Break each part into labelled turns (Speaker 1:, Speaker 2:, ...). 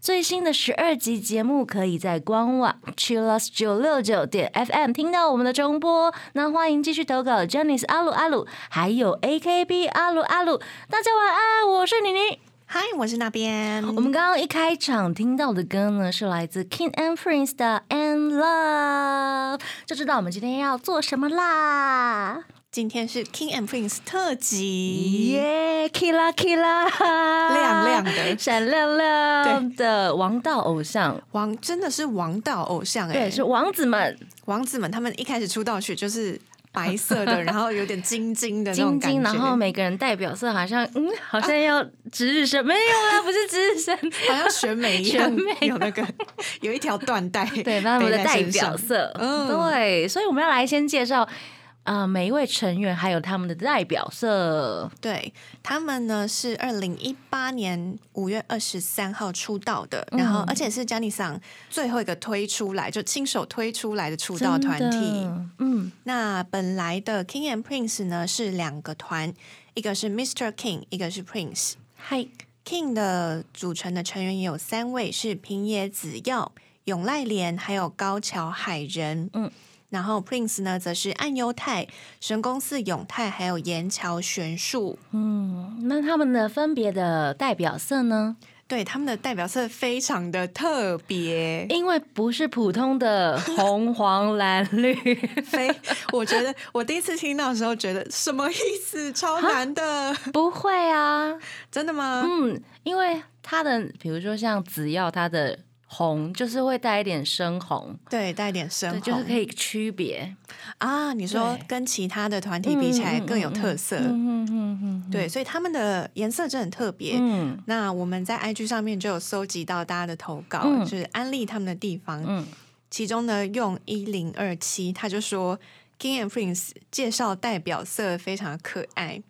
Speaker 1: 最新的十二集节目可以在官网 chillus 九六九点 FM 听到我们的重播。那欢迎继续投稿 j a n i c e 阿鲁阿鲁，还有 AKB 阿鲁阿鲁。大家晚安，我是妮妮。
Speaker 2: 嗨，我是那边。
Speaker 1: 我们刚刚一开场听到的歌呢，是来自 King and Prince 的《And Love》，就知道我们今天要做什么啦！
Speaker 2: 今天是 King and Prince 特辑
Speaker 1: 耶，Kila Kila，
Speaker 2: 嗯亮亮的
Speaker 1: 闪亮亮的王道偶像，
Speaker 2: 王真的是王道偶像哎、
Speaker 1: 对，是王子们。
Speaker 2: 王子们他们一开始出道曲就是白 色的，然后有点晶晶的那种
Speaker 1: 晶
Speaker 2: 感觉。
Speaker 1: 晶，然后每个人代表色好像，嗯，好像要值日生，没有啦，不是值日 生，
Speaker 2: 好像选美一样
Speaker 1: 选美，
Speaker 2: 有那个 有一条缎带
Speaker 1: 对，
Speaker 2: 背在身上，
Speaker 1: 他们的代表色，
Speaker 2: 嗯
Speaker 1: 对，所以我们要来先介绍。啊、每一位成员还有他们的代表色，
Speaker 2: 对他们呢是二零一八年五月二十三号出道的，
Speaker 1: 嗯
Speaker 2: 然后而且是 j a n i 桑最后一个推出来就亲手推出来的出道团
Speaker 1: 真
Speaker 2: 体。
Speaker 1: 的，嗯，
Speaker 2: 那本来的 King and Prince 呢是两个团，一个是 Mr. King，一个是 Prince。
Speaker 1: 嗨，
Speaker 2: King 的组成的成员也有三位，是平野紫耀、永濑廉，还有高桥海人。
Speaker 1: 嗯，
Speaker 2: 然后 Prince 呢，则是岸优太、神宫寺永太，还有岩桥玄树。
Speaker 1: 那他们的分别的代表色呢？
Speaker 2: 对，他们的代表色非常的特别，
Speaker 1: 因为不是普通的红、黄、蓝、 绿，
Speaker 2: 非我觉得我第一次听到的时候，觉得什么意思？超难的，
Speaker 1: 不会啊，
Speaker 2: 真的吗？
Speaker 1: 嗯，因为它的，比如说像紫药，它的红就是会带一点深红，
Speaker 2: 对，带一点
Speaker 1: 对，
Speaker 2: 深红，
Speaker 1: 就是可以区别。
Speaker 2: 啊，你说
Speaker 1: 对
Speaker 2: 跟其他的团体比起来更有特色，
Speaker 1: 嗯嗯
Speaker 2: 对，所以他们的颜色真的很特别。
Speaker 1: 嗯
Speaker 2: 那我们在 IG 上面就有搜集到大家的投稿，
Speaker 1: 嗯
Speaker 2: 就是安利他们的地方。
Speaker 1: 嗯
Speaker 2: 其中呢，用一零二七，他就说 King and Prince 介绍代表色非常可爱。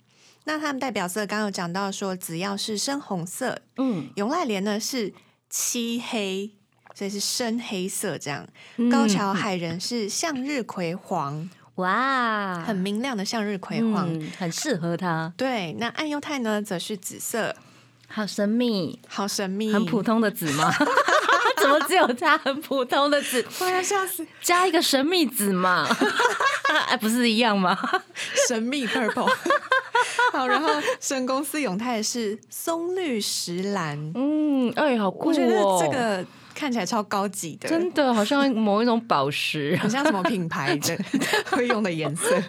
Speaker 2: 那他们代表色刚刚有讲到说，只要是深红色，
Speaker 1: 嗯
Speaker 2: 永濑廉呢是漆黑，所以是深黑色这样。
Speaker 1: 嗯
Speaker 2: 高桥海人是向日葵黄。
Speaker 1: 哇，
Speaker 2: 很明亮的向日葵黄。
Speaker 1: 啊嗯很适合它，
Speaker 2: 对，那暗优太呢，则是紫色，
Speaker 1: 好神秘，
Speaker 2: 好神秘，
Speaker 1: 很 普。通的紫吗？ 怎么只有它很普通的紫？
Speaker 2: 我要笑死，
Speaker 1: 加一个神秘紫嘛， 哎，不是一样吗？
Speaker 2: 神秘 purple。好，然后神宫寺永泰是松绿石蓝，
Speaker 1: 嗯，哎，好酷哦！
Speaker 2: 我觉得这个看起来超高级的，
Speaker 1: 真的好像某一种宝 石。
Speaker 2: 很像什么品牌 的 会用的颜色。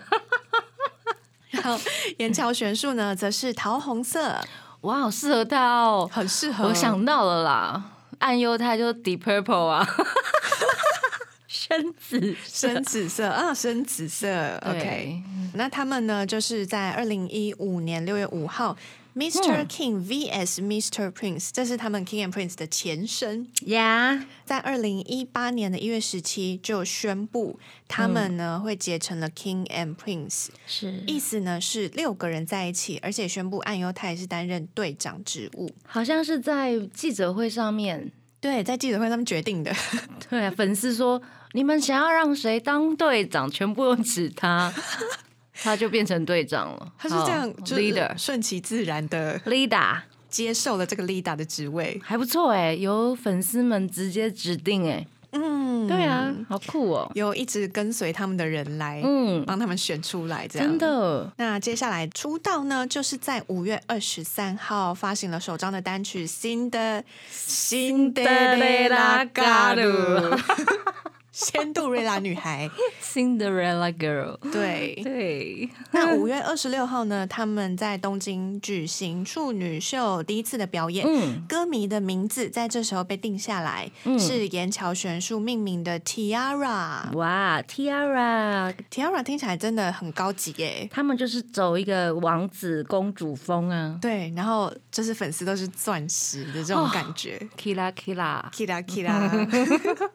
Speaker 2: 然后岩桥玄树呢，则是桃红色，
Speaker 1: 哇，好适合他哦！
Speaker 2: 很适合。
Speaker 1: 我想到了啦，暗优他就 Deep Purple 啊，深紫
Speaker 2: 深紫色啊，深紫色。OK，
Speaker 1: 对
Speaker 2: 那他们呢，就是在二零一五年六月五号，Mr. King vs Mr. Prince，这是他们 King and Prince 的前身。
Speaker 1: 呀，
Speaker 2: 在二零一八年的一月十七就宣布，他们呢、会结成了 King and Prince，
Speaker 1: 是
Speaker 2: 意思呢是六个人在一起，而且宣布暗优太是担任队长职务。
Speaker 1: 好像是在记者会上面，
Speaker 2: 对，在记者会他们决定的，
Speaker 1: 对、啊、粉丝说你们想要让谁当队长，全部都指 他，他就变成队长了。
Speaker 2: 他是这样
Speaker 1: 好
Speaker 2: 就是
Speaker 1: ，leader
Speaker 2: 顺其自然的
Speaker 1: leader
Speaker 2: 接受了这个 leader 的职位。
Speaker 1: 还不错哎，由粉丝们直接指定哎，
Speaker 2: 嗯，
Speaker 1: 对啊，好酷哦，
Speaker 2: 有一直跟随他们的人来，
Speaker 1: 嗯，
Speaker 2: 帮他们选出来，这样
Speaker 1: 真。的，
Speaker 2: 那接下来出道呢，就是在五月二十三号发行了首张的单曲《新的新。
Speaker 1: 德雷拉嘎鲁》
Speaker 2: 仙杜瑞拉 女孩。
Speaker 1: Cinderella Girl。
Speaker 2: 对，
Speaker 1: 对，
Speaker 2: 那五月二十六号呢，他们在东京举行处女秀第一次的表演。
Speaker 1: 嗯
Speaker 2: 歌迷的名字在这时候被定下来，
Speaker 1: 嗯
Speaker 2: 是岩桥玄树命名的 Tiara。
Speaker 1: 哇，Tiara，
Speaker 2: Tiara 听起来真的很高级耶。
Speaker 1: 他们就是走一个王子公主风啊
Speaker 2: 对，然后就是粉丝都是钻石的
Speaker 1: 哦
Speaker 2: 这种感觉。
Speaker 1: ，Kira Kira，
Speaker 2: Kira Kira，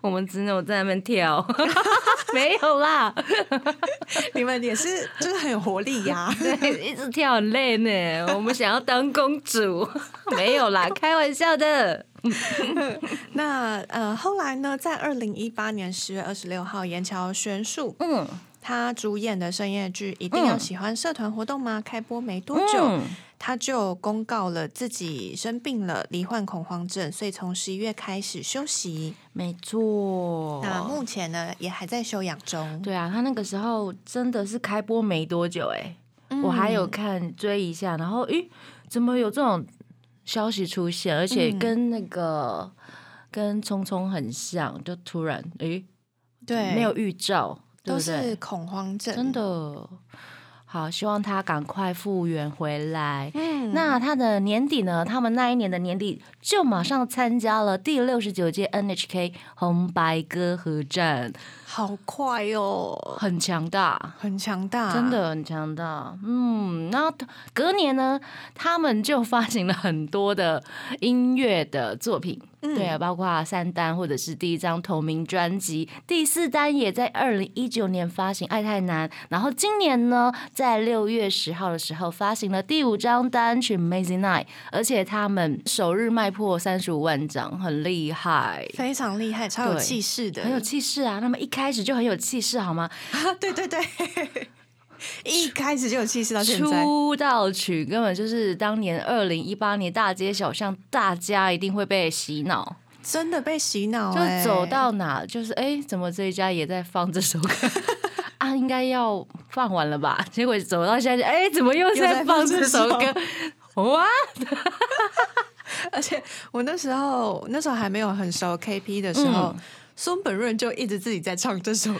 Speaker 1: 我们只有在那边 跳，没有啦，
Speaker 2: 你们也是，就是很有活力呀、
Speaker 1: 对，一直跳很累呢。我们想要当公 主，没有啦，开玩笑的。
Speaker 2: 那呃，后来呢，在二零一八年十月二十六号，岩桥玄树
Speaker 1: 嗯，
Speaker 2: 他主演的深夜剧《一定要喜欢社团活动吗》开播没多久，
Speaker 1: 嗯
Speaker 2: 他就公告了自己生病了，罹患恐慌症，所以从十一月开始休息。
Speaker 1: 没错。
Speaker 2: 那目前呢，也还在休养中。
Speaker 1: 对啊，他那个时候真的是开播没多久哎、
Speaker 2: 嗯
Speaker 1: 我还有看追一下，然后咦，怎么有这种消息出现？而且
Speaker 2: 嗯
Speaker 1: 跟那个、跟匆匆很像，就突然诶，
Speaker 2: 对，
Speaker 1: 没有预兆，对
Speaker 2: 都
Speaker 1: 不对
Speaker 2: 是恐慌症，
Speaker 1: 真。的好，希望他赶快复原回来。
Speaker 2: 嗯，
Speaker 1: 那他的年底呢？他们那一年的年底就马上参加了第六十九届 NHK 红白歌合战，
Speaker 2: 好快哦，
Speaker 1: 很强大。
Speaker 2: 很强大，
Speaker 1: 真。的很强大，嗯，然后隔年呢，他们就发行了很多的音乐的作品，
Speaker 2: 嗯
Speaker 1: 对啊，包括三单或者是第一张同名专辑，第四单也在二零一九年发行《爱太难》，然后今年呢，在六月十号的时候发行了第五张单曲《Amazing Night》，而且他们首日卖破三十五万张，很厉害。
Speaker 2: 非常厉害，超有
Speaker 1: 对
Speaker 2: 气势的，
Speaker 1: 很有 气势啊！他们一开始就很有气势，好吗？
Speaker 2: 啊，对对对， 一开始就有气势到现在，
Speaker 1: 出道曲根本就是当年二零一八年大街小巷，大家一定会被洗脑，
Speaker 2: 真的被洗脑、
Speaker 1: 就
Speaker 2: 欸，
Speaker 1: 走到哪就是哎、诶怎么这一家也在放这首 歌啊？应该要放完了吧？结果走到现在就，哎、怎么又在放这首
Speaker 2: 又在
Speaker 1: 歌？ 哇，
Speaker 2: 而且我那时候那时候还没有很熟 KP 的时候，
Speaker 1: 嗯
Speaker 2: 松本润就一直自己在唱 这首歌，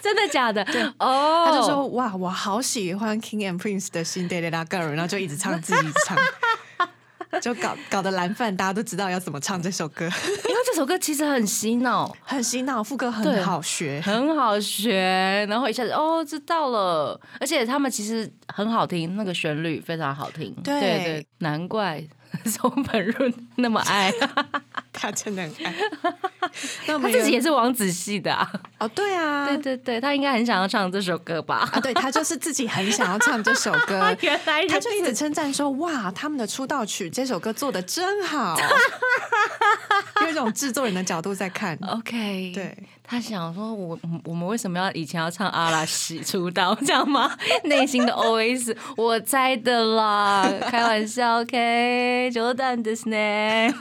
Speaker 1: 真的假的？哦，
Speaker 2: 他就说哇，我好喜欢 King and Prince 的新 Daily La Girl，然后就一直唱自己一直唱。 就搞搞得蓝饭，大家都知道要怎么唱这首歌，
Speaker 1: 因为这首歌其实很洗脑，
Speaker 2: 很洗脑，副歌
Speaker 1: 对
Speaker 2: 很好学。
Speaker 1: 很好学，然后一下子哦知道了，而且他们其实很好听，那个旋律非常好听，
Speaker 2: 对
Speaker 1: 对难怪 松本润那么爱，
Speaker 2: 他真 的很爱。那
Speaker 1: 他
Speaker 2: 我们
Speaker 1: 自己
Speaker 2: 有
Speaker 1: 也是王子系的、啊，
Speaker 2: 哦，对啊，
Speaker 1: 对对对，他应该很想要唱这首歌吧？，
Speaker 2: 啊，对他就是自己很想要唱这首歌
Speaker 1: 原来如此
Speaker 2: 他就一直称赞说：“哇，他们的出道曲这首歌做的真好。”用一种制作人的角度在看，
Speaker 1: OK，
Speaker 2: 对，
Speaker 1: 他想说我嗯我我们为什么要以前要唱阿拉西出道，这样吗？ 内心的 OS，我猜的啦， 开玩笑，OK，冗談ですね。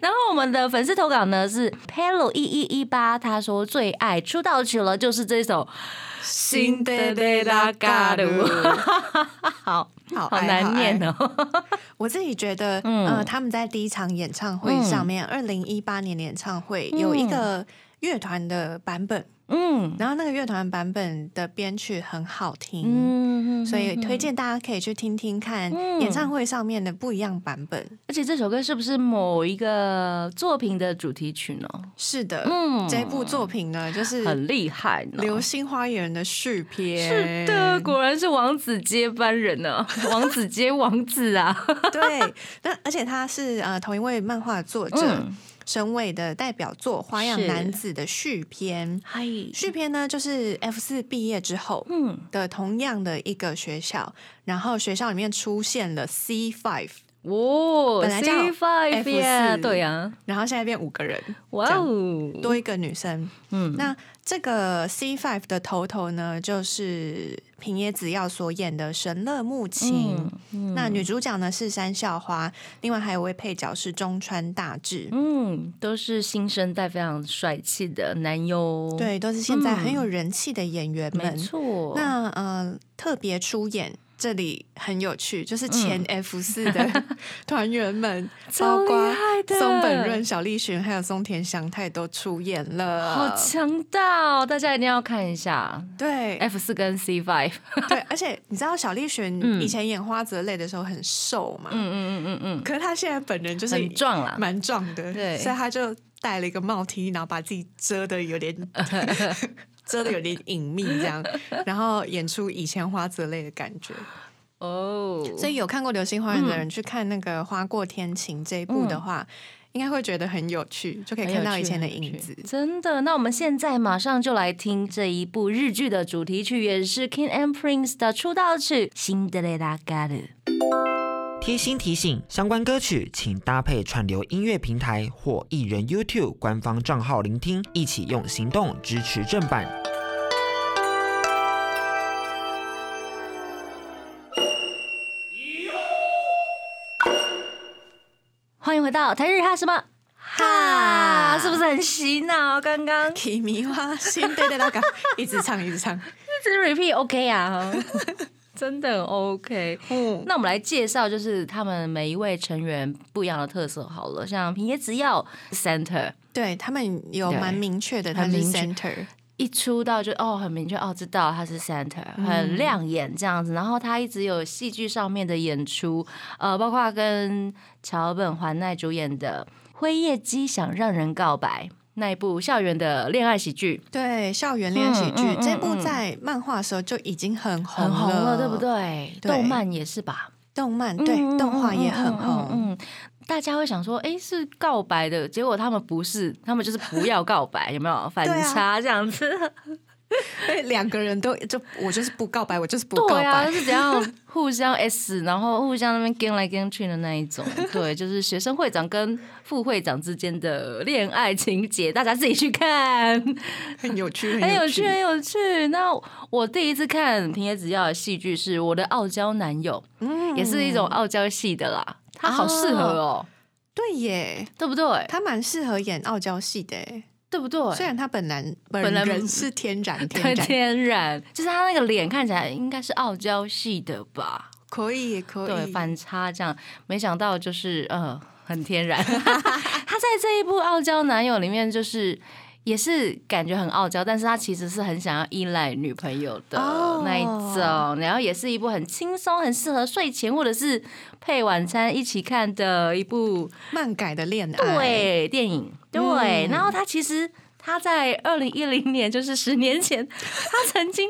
Speaker 1: 然后我们的粉丝投稿呢是 Pelo 一一一八，他说最爱出道曲了就是这首
Speaker 2: 新
Speaker 1: 好
Speaker 2: 好
Speaker 1: 好
Speaker 2: 爱
Speaker 1: 难
Speaker 2: 好
Speaker 1: 念
Speaker 2: 爱
Speaker 1: 哦。
Speaker 2: 我自己觉得，
Speaker 1: 嗯
Speaker 2: 呃，他们在第一场演唱会上面，二零一八年演唱会有一个乐团的版本，
Speaker 1: 嗯
Speaker 2: 然后那个乐团版本的编曲很好听。
Speaker 1: 嗯，
Speaker 2: 所以推荐大家可以去听听看
Speaker 1: 嗯
Speaker 2: 演唱会上面的不一样版本。
Speaker 1: 而且这首歌是不是某一个作品的主题曲呢？
Speaker 2: 是的，
Speaker 1: 嗯
Speaker 2: 这部作品呢，就是
Speaker 1: 很厉害呢，
Speaker 2: 《流星花园》的续篇。
Speaker 1: 是的，，果然是王子接班人呢、 王子接王子啊！
Speaker 2: 对。那而且他是呃同一位漫画作者
Speaker 1: 嗯
Speaker 2: 神尾的代表作《花样
Speaker 1: 是
Speaker 2: 男子》的续篇。
Speaker 1: 嗨，
Speaker 2: 续篇呢，就是 F 四毕业之后
Speaker 1: 嗯，
Speaker 2: 的同样的一个学校，然后学校里面出现了 C five，
Speaker 1: 哦
Speaker 2: 本来叫
Speaker 1: C five
Speaker 2: F4
Speaker 1: 呀，对呀、
Speaker 2: 然后现在变五个人，
Speaker 1: 哇哦，
Speaker 2: 多一个女生。
Speaker 1: 嗯，
Speaker 2: 那这个 C five 的头头呢，就是平野紫耀所演的神乐木琴。
Speaker 1: 嗯嗯
Speaker 2: 那女主角呢是山校花，另外还有一位配角是中川大志。
Speaker 1: 嗯，都是新生代非常帅气的男优，，
Speaker 2: 对，都是现在很有人气的演员
Speaker 1: 嗯没
Speaker 2: 们。
Speaker 1: 错，
Speaker 2: 那呃，特别出演这里很有趣，就是前 F 四的团员们，
Speaker 1: 嗯超
Speaker 2: 包括
Speaker 1: 厉害的
Speaker 2: 松本润、小栗旬还有松田翔太都出演
Speaker 1: 好
Speaker 2: 了。
Speaker 1: 强大哦！大家一定要看一下
Speaker 2: 对
Speaker 1: F 四跟 C five。
Speaker 2: 对，而且你知道小栗旬
Speaker 1: 嗯
Speaker 2: 以前演花泽类的时候很瘦嘛，
Speaker 1: 嗯嗯嗯嗯，
Speaker 2: 可是他现在本人就是
Speaker 1: 很壮啊啦。
Speaker 2: 蛮壮的，
Speaker 1: 对
Speaker 2: 所以他就戴了一个帽 T，然后把自己遮的有点遮的有点隐秘这样，然后演出以前花泽类的感觉。
Speaker 1: 哦，
Speaker 2: 所以有看过《流星花园》的人去看那个《花过天晴》这一部的话，应该会觉得很有趣，就可以
Speaker 1: 很有
Speaker 2: 看到
Speaker 1: 趣
Speaker 2: 以前的
Speaker 1: 很有
Speaker 2: 影
Speaker 1: 趣
Speaker 2: 子。
Speaker 1: 真的，那我们现在马上就来听这一部日剧的主题曲，也是 King and Prince 的出道曲《辛德雷拉嘎鲁》。
Speaker 3: 贴心提醒：相关歌曲请搭配串流音乐平台或艺人 YouTube 官方账号聆听，一起用行动支持正版。
Speaker 1: 欢迎回到台日哈什么哈，是不是很洗脑？刚刚一
Speaker 2: k i m i wa 新对对那个，一直唱一直唱，
Speaker 1: 直 repeat OK 啊， 真的很 OK。
Speaker 2: 嗯，
Speaker 1: 那我们来介绍，就是他们每一位成员不一样的特色好了，像平野紫耀 Center
Speaker 2: 对他们有
Speaker 1: 对
Speaker 2: 蛮明确的，他
Speaker 1: 很
Speaker 2: 是
Speaker 1: 明确
Speaker 2: center，
Speaker 1: 一出道就哦很明确哦知道他是 Center，很
Speaker 2: 嗯
Speaker 1: 亮眼这样子，然后他一直有戏剧上面的演出，呃，包括跟桥本环奈主演的《辉夜姬想让人告白》那一部校园的恋爱喜剧，
Speaker 2: 对校园恋爱喜剧、
Speaker 1: 嗯嗯嗯
Speaker 2: 这部
Speaker 1: 嗯
Speaker 2: 在漫画的时候就已经很红
Speaker 1: 很红了，对不对？
Speaker 2: 对
Speaker 1: 动漫也是吧？
Speaker 2: 动漫对、
Speaker 1: 嗯
Speaker 2: 动画也很红。
Speaker 1: 嗯嗯大家会想说，哎，是告白的，结果他们不是，他们就是不要告白，有没有反
Speaker 2: 对啊
Speaker 1: 差这样子？
Speaker 2: 对， 两个人都就我就是不告白，我就是不告
Speaker 1: 嗯对啊，
Speaker 2: 白。
Speaker 1: 是怎样互相 S，然后互相那边跟来跟去的那一 种。对，就是学生会长跟副会长之间的恋爱情节，大家自己去看，
Speaker 2: 很有趣，
Speaker 1: 很有
Speaker 2: 有
Speaker 1: 趣，很有趣。那我第一次看平野紫耀的戏剧是《我的傲娇男友》，
Speaker 2: 嗯
Speaker 1: 也是一种傲娇戏的啦。他好适合哦，
Speaker 2: 对耶，
Speaker 1: 对不对？
Speaker 2: 他蛮适合演傲娇戏的耶。
Speaker 1: 对不对？
Speaker 2: 虽然他本来本
Speaker 1: 本来
Speaker 2: 人是天然
Speaker 1: 很
Speaker 2: 天然，
Speaker 1: 天然，就是他那个脸看起来应该是傲娇系的吧？
Speaker 2: 可以也可
Speaker 1: 对，
Speaker 2: 以，
Speaker 1: 反差这样，没想到就是呃，很天 然。他在这一部《傲娇男友》里面，就是也是感觉很傲娇，但是他其实是很想要依赖女朋友的
Speaker 2: 哦
Speaker 1: 那一种。然后也是一部很轻松、很适合睡前或者是配晚餐一起看的一部
Speaker 2: 漫改的恋爱，，
Speaker 1: 对电影。对，
Speaker 2: 嗯
Speaker 1: 然后他其实。他在二零一零年，就是十年前，他曾经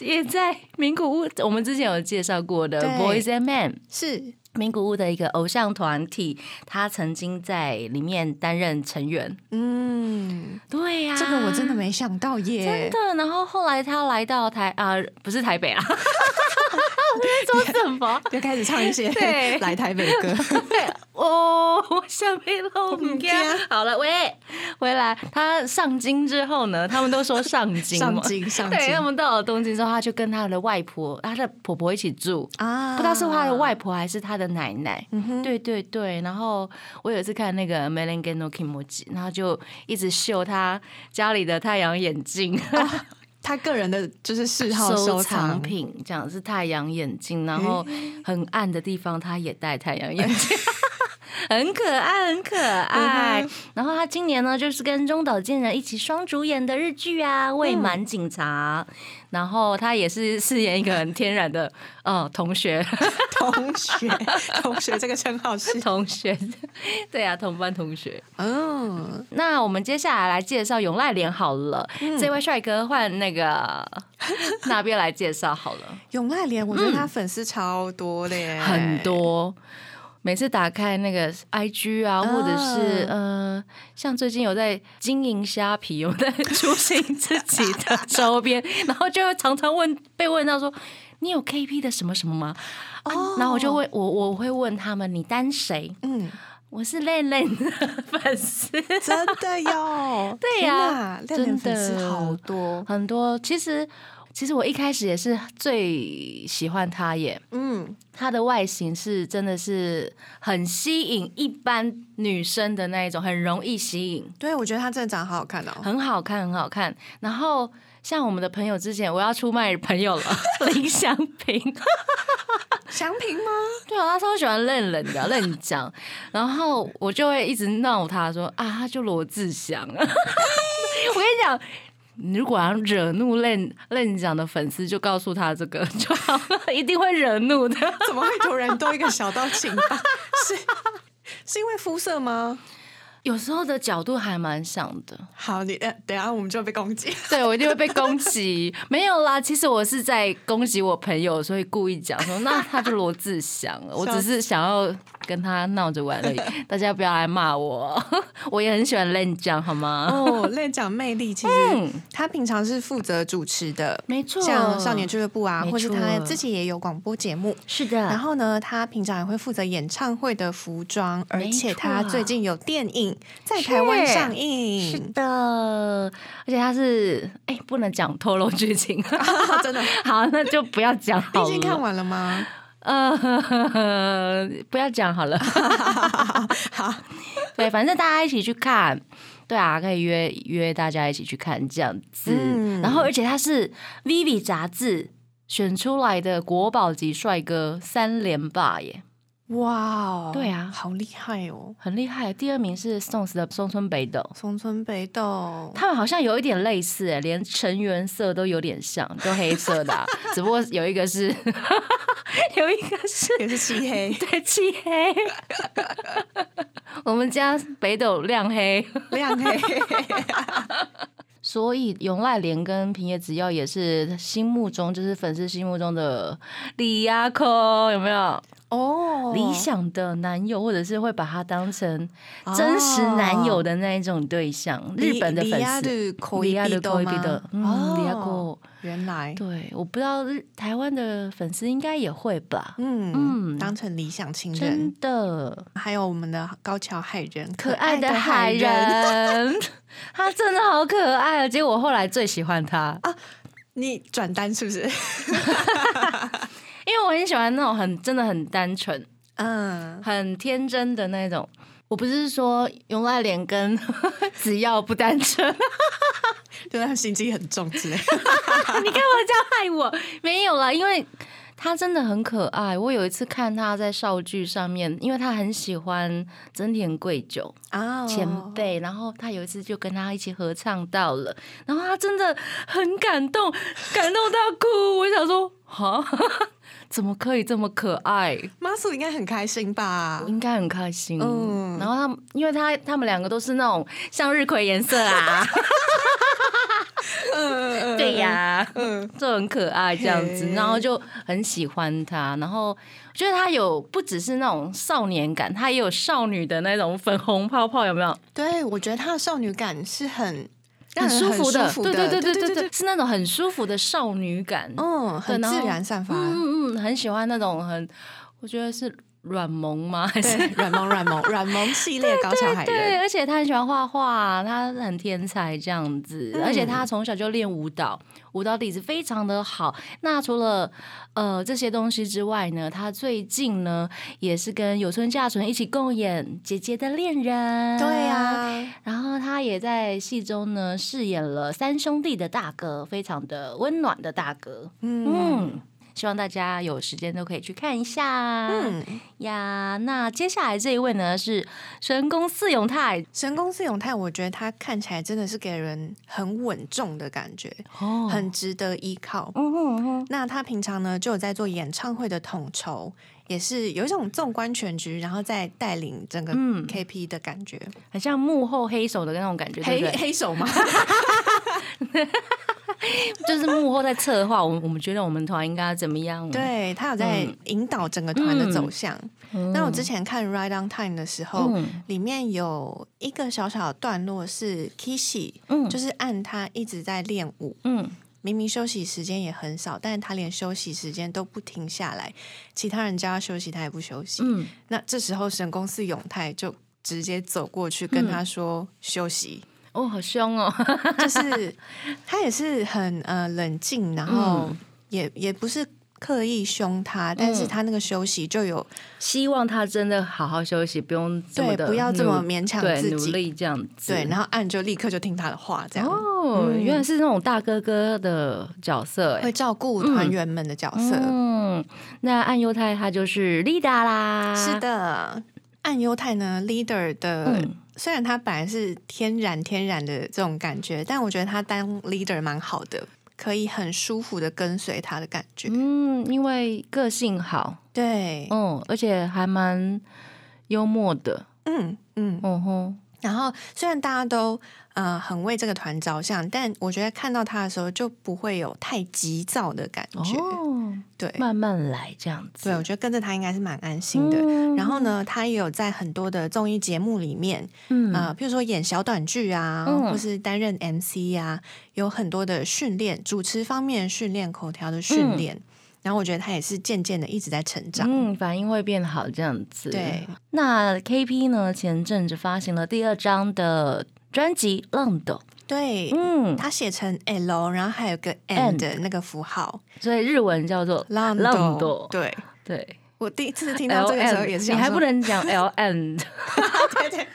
Speaker 1: 也在名古屋，我们之前有介绍过的
Speaker 2: 对
Speaker 1: Boys and Men，
Speaker 2: 是
Speaker 1: 名古屋的一个偶像团体，他曾经在里面担任成员。
Speaker 2: 嗯，
Speaker 1: 对呀、
Speaker 2: 这个我真的没想到耶
Speaker 1: 啊真，的。然后后来他来到台啊、不是台北 啊，我在说什么？
Speaker 2: 就开始唱一些
Speaker 1: 对
Speaker 2: 来台北 歌，
Speaker 1: 哦，我想被弄掉
Speaker 2: 嗯对。
Speaker 1: 好了，喂，回来。他上京之后呢，他们都说上京
Speaker 2: 上
Speaker 1: 嘛。
Speaker 2: 镜上
Speaker 1: 对，
Speaker 2: 镜
Speaker 1: 他们到了东京之后，他就跟他的外婆、他的婆婆一起住，
Speaker 2: 啊
Speaker 1: 不知道是他的外婆还是他的奶奶。
Speaker 2: 嗯哼，
Speaker 1: 对对对，然后我有一次看那个 Melanie No Kimoji，然后就一直秀他家里的太阳眼镜，
Speaker 2: 他个人的就是嗜哦好
Speaker 1: 收
Speaker 2: 藏
Speaker 1: 藏，品这样是太阳眼镜，然后很暗的地方他也戴太阳眼镜。 很可爱，很可
Speaker 2: 嗯
Speaker 1: 爱。然后他今年呢，就是跟中岛健人一起双主演的日剧
Speaker 2: 嗯
Speaker 1: 啊，《未满警察》然后他也是饰演一个很天然的呃同学，
Speaker 2: 同学 同学这个称号 是，
Speaker 1: 同学，对啊，同班同学。
Speaker 2: 嗯，
Speaker 1: 那我们接下来来介绍永濑廉好了，这位帅哥换那 个那边来介绍好了，
Speaker 2: 永濑廉，我觉得他粉丝超多的耶，
Speaker 1: 很多。哎每次打开那个 IG 啊，或者是呃，像最近有在经营虾皮，有在出行自己 的周边，然后就会常常问被问到说，你有 KP 的什么什么吗？啊然后我就会我我会问他们，你单谁？
Speaker 2: 嗯，
Speaker 1: 我是恋恋的粉丝，
Speaker 2: 真的 哟，
Speaker 1: 对
Speaker 2: 天
Speaker 1: 呀
Speaker 2: 哪亮
Speaker 1: 真
Speaker 2: 亮粉丝
Speaker 1: 的
Speaker 2: 好多，
Speaker 1: 很多。其实，其实我一开始也是最喜欢他耶，
Speaker 2: 嗯，
Speaker 1: 他的外形是真的是很吸引一般女生的那一种，很容易吸引，
Speaker 2: 对，我觉得他真的长得好好看哦，
Speaker 1: 很好看，很好看。然 后像我们的朋友之前，我要出卖朋友了，林祥平，
Speaker 2: 祥平吗？
Speaker 1: 对啊，他超喜欢认人 的，认讲，然后我就会一直闹他说啊，他就罗志祥。 我跟你讲，你如果要惹怒任任讲的粉丝，就告诉他这个就好了， 一定会惹怒的。
Speaker 2: 怎么会突然多一个小道情报？ 是是因为肤色吗？
Speaker 1: 有时候的角度还蛮像的，
Speaker 2: 好，你呃，等一下我们就被攻击。
Speaker 1: 对我一定会被攻击。没有啦，其实我是在攻击我朋友，所以故意讲说，那他就罗志祥了。我只是想要跟他闹着玩而已，大家不要来骂我， 我也很喜欢任讲，好吗？
Speaker 2: 哦，类讲魅力，其实他平常是负责主持的，
Speaker 1: 嗯没错
Speaker 2: 像少年俱乐部啊，
Speaker 1: 没错嗯
Speaker 2: 或是他自己也有广播节目。
Speaker 1: 是的
Speaker 2: 然后呢，他平常也会负责演唱会的服装，而且他最近有电影在台湾上
Speaker 1: 是
Speaker 2: 映，
Speaker 1: 的，而且他是哎、不能讲透露剧情，
Speaker 2: 真的。
Speaker 1: 好，那就不要讲好
Speaker 2: 你
Speaker 1: 了。
Speaker 2: 已经看完了吗？
Speaker 1: 呃，呵呵呵呃不要讲好了。
Speaker 2: 好，
Speaker 1: 对，反正大家一起去看。对啊，可以约约大家一起去看这样子。
Speaker 2: 嗯
Speaker 1: 然后，而且他是《Vivi》杂志选出来的国宝级帅哥三连霸耶，
Speaker 2: 哇哦，
Speaker 1: 对啊
Speaker 2: 好厉害哦！
Speaker 1: 很厉害。第二名是 Stones 的松村北斗，
Speaker 2: 松村北斗，
Speaker 1: 他们好像有一点类似，哎连成员色都有点像，都黑色 的啊、只不过有一个是 有一个是
Speaker 2: 也是 漆黑
Speaker 1: 对漆黑，我们家北斗亮黑，
Speaker 2: 亮黑，
Speaker 1: 所以永濑廉跟平野紫耀也是心目中就是粉丝心目中的李亚空，有没有
Speaker 2: 哦
Speaker 1: 理想的男友，或者是会把他当成真实男友的那一种对象？日本的粉丝。
Speaker 2: 丝，
Speaker 1: 李亚的
Speaker 2: 的
Speaker 1: 口一必的，嗯，李亚空。
Speaker 2: 哦原来，
Speaker 1: 对，我不知道日台湾的粉丝应该也会吧。
Speaker 2: 嗯
Speaker 1: 嗯
Speaker 2: 当成理想情人
Speaker 1: 真，的，
Speaker 2: 还有我们的高桥海人，
Speaker 1: 可爱的海
Speaker 2: 可爱的海人，
Speaker 1: 人， 他真的好可爱啊！结果我后来最喜欢他，
Speaker 2: 你转单是不 是？
Speaker 1: 因为我很喜欢那种很真的很单纯、
Speaker 2: 嗯，
Speaker 1: 很天真的那种。我不是说永濑廉跟 子耀不单纯，
Speaker 2: 对他心机很重 之类。
Speaker 1: 啊 你干嘛这样害我？没有啦，因为他真的很可爱。我有一次看他在少剧上面，因为他很喜欢真田贵久，
Speaker 2: 啊
Speaker 1: 前，辈，然后他有一次就跟他一起合唱到了，然后他真的很感动，感动到哭。我想说，哈， 怎么可以这么可爱？
Speaker 2: 马苏应该很开心吧
Speaker 1: 我？应该很开心。
Speaker 2: 啊嗯
Speaker 1: 然后他们，因为他他们两个都是那种向日葵颜色啊，
Speaker 2: 嗯
Speaker 1: 对，呀、
Speaker 2: 嗯嗯
Speaker 1: 就很可爱这样子，
Speaker 2: 嘿
Speaker 1: 然后就很喜欢他。然后我觉得他有不只是那种少年感，他也有少女的那种粉红泡泡，有没有？
Speaker 2: 对，我觉得他的少女感是很让
Speaker 1: 很
Speaker 2: 人
Speaker 1: 舒服的，
Speaker 2: 舒
Speaker 1: 对对
Speaker 2: 对
Speaker 1: 对对对，，是那种很舒服的少女感，
Speaker 2: 嗯，
Speaker 1: 对
Speaker 2: 很
Speaker 1: 然
Speaker 2: 自
Speaker 1: 后
Speaker 2: 然散发，
Speaker 1: 嗯嗯嗯，很喜欢那种很，我觉得是软萌吗？还是
Speaker 2: 对，软萌软萌软萌系列高桥海
Speaker 1: 对，
Speaker 2: 人，
Speaker 1: 而且他很喜欢画画，他很天才这样子，
Speaker 2: 嗯
Speaker 1: 而且他从小就练舞蹈，舞蹈底子非常的好。那除了呃这些东西之外呢，他最近呢也是跟有村架纯一起共演《姐姐的恋人》。
Speaker 2: 对啊呀，
Speaker 1: 然后他也在戏中呢饰演了三兄弟的大哥，非常的温暖的大哥。
Speaker 2: 嗯
Speaker 1: 嗯，希望大家有时间都可以去看一下。
Speaker 2: 嗯，
Speaker 1: 呀，那接下来这一位呢是神宫寺永泰
Speaker 2: 神宫寺永泰，我觉得他看起来真的是给人很稳重的感觉，
Speaker 1: 哦
Speaker 2: 很值得依靠。
Speaker 1: 嗯哼嗯哼
Speaker 2: 那他平常呢就有在做演唱会的统筹，也是有一种纵观全局，然后再带领整个
Speaker 1: 嗯
Speaker 2: KP 的感觉。
Speaker 1: 很像幕后黑手的那种感觉，对不对？
Speaker 2: 黑手吗？
Speaker 1: 就是幕后在策划，我们我们觉得我们团应该怎么样？，
Speaker 2: 对他有在引导整个团的走向。
Speaker 1: 嗯
Speaker 2: 那我之前看《Ride on Time》的时候，
Speaker 1: 嗯
Speaker 2: 里面有一个小小的段落是 Kishi，、
Speaker 1: 嗯
Speaker 2: 就是按他一直在练舞，
Speaker 1: 嗯，
Speaker 2: 明明休息时间也很少，但是他连休息时间都不停下来，其他人叫他休息，他也不休息。
Speaker 1: 嗯，
Speaker 2: 那这时候神宫寺永泰就直接走过
Speaker 1: 嗯
Speaker 2: 去跟他说休息，
Speaker 1: 哦，好凶哦， 嗯
Speaker 2: 就是他也是很呃冷静，然后也也不是刻意凶他，但是他那个休息就有
Speaker 1: 希望他真的好好休息，不用这么
Speaker 2: 对，
Speaker 1: 的
Speaker 2: 不要这么
Speaker 1: 努
Speaker 2: 勉强
Speaker 1: 对
Speaker 2: 自
Speaker 1: 努
Speaker 2: 己，
Speaker 1: 力这样子。
Speaker 2: 对，然后按就立刻就听他的话，这样、
Speaker 1: 哦，
Speaker 2: 嗯
Speaker 1: 原来是那种大哥哥的角色哎、
Speaker 2: 会照顾团员们的角色。
Speaker 1: 嗯，那暗犹太他就是 Lida 啦，
Speaker 2: 是，的，暗犹太呢，leader 的、
Speaker 1: 嗯
Speaker 2: 虽然他本来是天然天然的这种感觉，但我觉得他当 leader 蛮好的，可以很舒服的跟随他的感觉。
Speaker 1: 嗯，因为个性好，
Speaker 2: 对，
Speaker 1: 嗯，而且还蛮幽默的，
Speaker 2: 嗯嗯。
Speaker 1: 嗯哼，
Speaker 2: 然后虽然大家都呃很为这个团着想，但我觉得看到他的时候就不会有太急躁的感觉。
Speaker 1: 哦，
Speaker 2: 对，
Speaker 1: 慢慢来这样子，
Speaker 2: 对，我觉得跟着他应该是蛮安心的。
Speaker 1: 嗯
Speaker 2: 然后呢，他也有在很多的综艺节目里面，
Speaker 1: 嗯
Speaker 2: 呃，譬如说演小短剧啊，
Speaker 1: 嗯
Speaker 2: 或是担任 MC 啊，有很多的训练，主持方面的训练，口条的训
Speaker 1: 嗯
Speaker 2: 练。然后我觉得他也是渐渐的一直在成长。
Speaker 1: 嗯，反应会变好这样子。
Speaker 2: 对，
Speaker 1: 那 KP 呢？前阵子发行了第二张的专辑《浪斗》，
Speaker 2: 对，
Speaker 1: 嗯，
Speaker 2: 他写成 L，然后还有个
Speaker 1: and
Speaker 2: and 那个符号，
Speaker 1: 所以日文叫做
Speaker 2: 浪
Speaker 1: 浪斗。
Speaker 2: 斗对。
Speaker 1: 对
Speaker 2: 我第一次听到这个时候也
Speaker 1: LN，
Speaker 2: 是
Speaker 1: 你
Speaker 2: 想说，
Speaker 1: 还不能讲 LN，
Speaker 2: 对对，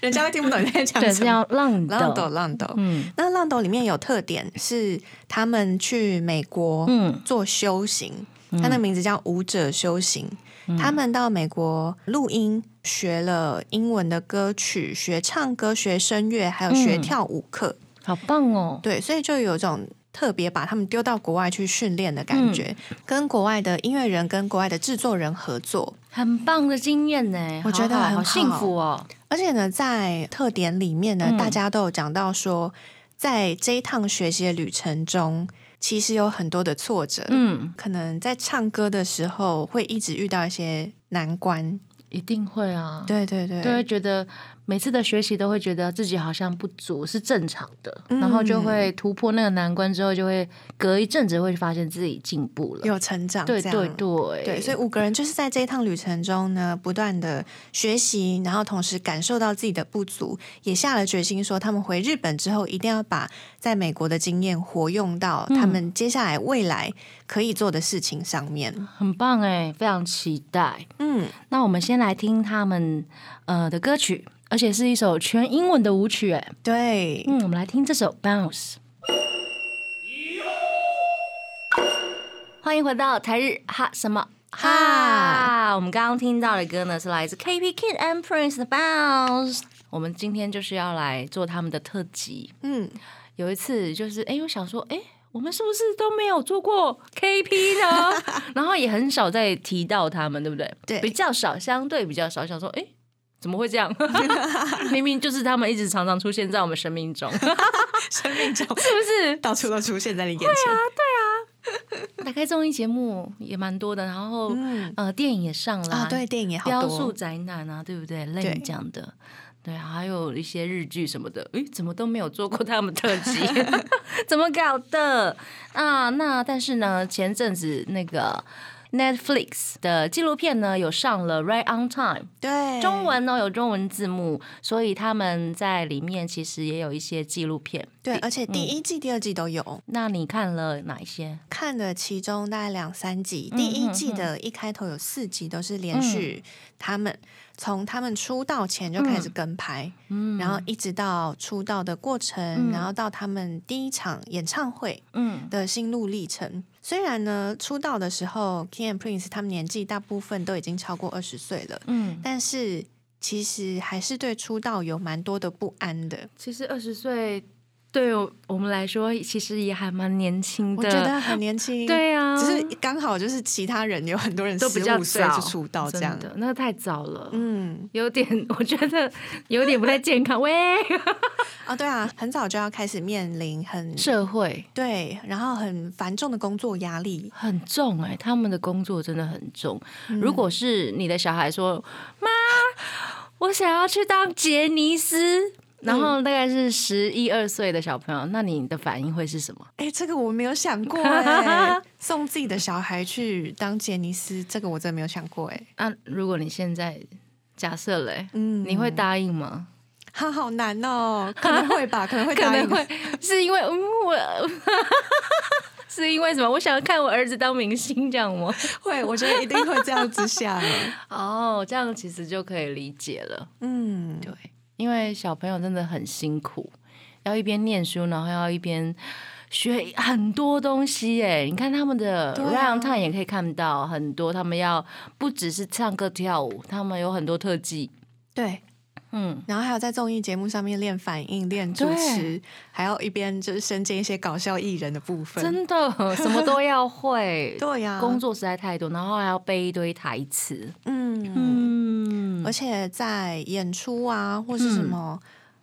Speaker 2: 人家会听不懂你在讲
Speaker 1: 对，是
Speaker 2: 什么。
Speaker 1: 叫浪
Speaker 2: 浪斗
Speaker 1: 斗。
Speaker 2: 浪斗，
Speaker 1: 嗯
Speaker 2: 那浪斗里面有特点是他们去美国
Speaker 1: 嗯
Speaker 2: 做修行，它的名字叫舞者修行。
Speaker 1: 嗯
Speaker 2: 他们到美国录音，学了英文的歌曲，学唱歌，学声乐，还有学
Speaker 1: 嗯
Speaker 2: 跳舞课。
Speaker 1: 好棒哦！
Speaker 2: 对，所以就有一种特别把他们丢到国外去训练的
Speaker 1: 嗯
Speaker 2: 感觉，跟国外的音乐人、跟国外的制作人合作。
Speaker 1: 很棒的经验呢，
Speaker 2: 我觉得
Speaker 1: 好好
Speaker 2: 很
Speaker 1: 好
Speaker 2: 好
Speaker 1: 幸福哦。
Speaker 2: 而且呢，在特点里面呢，
Speaker 1: 嗯
Speaker 2: 大家都有讲到说，在这一趟学习的旅程中，其实有很多的挫折，
Speaker 1: 嗯，
Speaker 2: 可能在唱歌的时候会一直遇到一些难关。
Speaker 1: 一定会啊。
Speaker 2: 对对对，
Speaker 1: 就会觉得每次的学习都会觉得自己好像不足是正常的，
Speaker 2: 嗯
Speaker 1: 然后就会突破那个难关之后，就会隔一阵子会发现自己进步了。
Speaker 2: 有成长，
Speaker 1: 对
Speaker 2: 这
Speaker 1: 对
Speaker 2: 样。
Speaker 1: 对
Speaker 2: 对，所以
Speaker 1: 以
Speaker 2: 五个人就是在这一趟旅程中呢，不断的学习，然后同时感受到自己的不足，也下了决心说，他们回日本之后一定要把在美国的经验活用到
Speaker 1: 嗯
Speaker 2: 他们接下来未来可以做的事情上面。
Speaker 1: 很棒哎，非常期待。
Speaker 2: 嗯，
Speaker 1: 那我们先来听他们呃的歌曲，而且是一首全英文的舞曲哎。
Speaker 2: 对，
Speaker 1: 嗯，我们来听这首《Bounce》。欢迎回到台日哈什么哈？我们刚刚听到的歌呢，是来自 KP Kid and Prince 的《Bounce》。我们今天就是要来做他们的特辑。
Speaker 2: 嗯，
Speaker 1: 有一次就是，哎，我想说，哎，我们是不是都没有做过 KP 呢？然后也很少再提到他们，对不对？
Speaker 2: 对
Speaker 1: 比较少，相对比较少。想说，哎，怎么会这样？ 明明就是他们一直常常出现在我们生命中，是
Speaker 2: 生命中
Speaker 1: 不是？
Speaker 2: 到处都出现在你眼前。
Speaker 1: 打开综艺节目也蛮多的，然后、
Speaker 2: 嗯
Speaker 1: 呃，电影也上了
Speaker 2: 啊，对，电影也好
Speaker 1: 雕
Speaker 2: 多，
Speaker 1: 塑宅男啊，对不对？类
Speaker 2: 对
Speaker 1: 这样的，对，还有一些日剧什么的，诶，怎么都没有做过他们特 辑，怎么搞的啊？那但是呢，前阵子那个 Netflix 的纪录片呢，有上了《Right on Time》，
Speaker 2: 对
Speaker 1: 中文呢有中文字幕，所以他们在里面其实也有一些纪录片。
Speaker 2: 对，而且第一季、第二季都有。
Speaker 1: 那你看了哪一些？
Speaker 2: 看的其中大概两三集，第一季的一开头有四集都是连续他们从他们出道前就开始跟拍，
Speaker 1: 嗯
Speaker 2: 然后一直到出道的过程，
Speaker 1: 嗯
Speaker 2: 然后到他们第一场演唱会
Speaker 1: 嗯
Speaker 2: 的心路历程。虽然呢，出道的时候 King and Prince 他们年纪大部分都已经超过二十岁了，
Speaker 1: 嗯，
Speaker 2: 但是其实还是对出道有蛮多的不安的。
Speaker 1: 其实二十岁对我我们来说，其实也还蛮年轻
Speaker 2: 我
Speaker 1: 的。
Speaker 2: 觉得很年轻，
Speaker 1: 对啊，
Speaker 2: 只是刚好就是其他人有很多人
Speaker 1: 都
Speaker 2: 十
Speaker 1: 比较
Speaker 2: 五岁
Speaker 1: 早
Speaker 2: 就出道哦这
Speaker 1: 真
Speaker 2: 样，
Speaker 1: 的，那太早了。
Speaker 2: 嗯，
Speaker 1: 有点，我觉得有点不太健康。 喂，
Speaker 2: 啊，对啊，很早就要开始面临很
Speaker 1: 社会
Speaker 2: 对，然后很繁重的工作压力，
Speaker 1: 很重哎、他们的工作真的很重。
Speaker 2: 嗯
Speaker 1: 如果是你的小孩说：“妈，我想要去当杰尼斯。”然
Speaker 2: 嗯
Speaker 1: 后大概是十一二岁的小朋友，那你的反应会是什么？
Speaker 2: 哎、这个我没有 想过哎、送自己的小孩去当杰尼斯，这个我真的没有想过哎、
Speaker 1: 那、如果你现在假设嘞、
Speaker 2: 嗯
Speaker 1: 你会答应吗？
Speaker 2: 他好难 哦，可能会吧，可能会
Speaker 1: 可
Speaker 2: 答
Speaker 1: 能
Speaker 2: 应，
Speaker 1: 会是因为嗯我， 是因为什么？我想看我儿子当明星，这样吗？
Speaker 2: 会，我觉得一定会这样子想。
Speaker 1: 哦，这样其实就可以理解了。
Speaker 2: 嗯，
Speaker 1: 对，因为小朋友真的很辛苦，要一边念书，然后要一边学很多东西。哎，你看他们的
Speaker 2: 对啊
Speaker 1: round time 也可以看到很多，他们要不只是唱歌跳舞，他们有很多特技。
Speaker 2: 对。
Speaker 1: 嗯，
Speaker 2: 然后还有在综艺节目上面练反应、练主持，还要一边就是身兼一些搞笑艺人的部分。
Speaker 1: 真的啊什么都要 会。
Speaker 2: 对呀、
Speaker 1: 工作实在太多，然后还要背一堆台词。
Speaker 2: 嗯，
Speaker 1: 嗯
Speaker 2: 而且在演出啊，或是什么、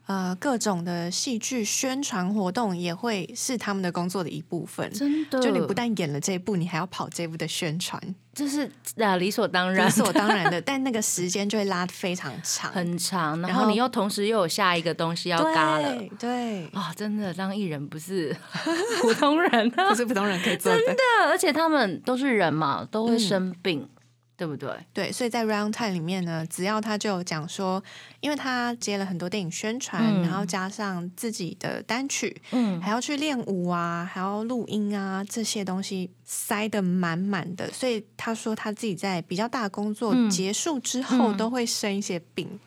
Speaker 2: 呃各种的戏剧宣传活动，也会是他们的工作的一部分。
Speaker 1: 真的，
Speaker 2: 就你不但演了这一部，你还要跑这一部的宣传，
Speaker 1: 这是啊理所当 然
Speaker 2: 理，所当然的。但那个时间就会拉得非常长，
Speaker 1: 很长，然
Speaker 2: 然
Speaker 1: 后
Speaker 2: 后
Speaker 1: 你又同时又有下一个东西要嘎了。
Speaker 2: 对 对，
Speaker 1: 啊、真的当艺人不是 普通人啊，
Speaker 2: 不是普通人可以做的。
Speaker 1: 对而且他们都是人嘛，都会生病，嗯对不对？
Speaker 2: 对，所以在 Round Time 里面呢，只要他就有讲说，因为他接了很多电影宣传，
Speaker 1: 嗯
Speaker 2: 然后加上自己的单曲，
Speaker 1: 嗯，
Speaker 2: 还要去练舞啊，还要录音啊，这些东西塞得满满的。所以他说他自己在比较大的工作
Speaker 1: 嗯
Speaker 2: 结束之后，
Speaker 1: 嗯
Speaker 2: 都会生一些病，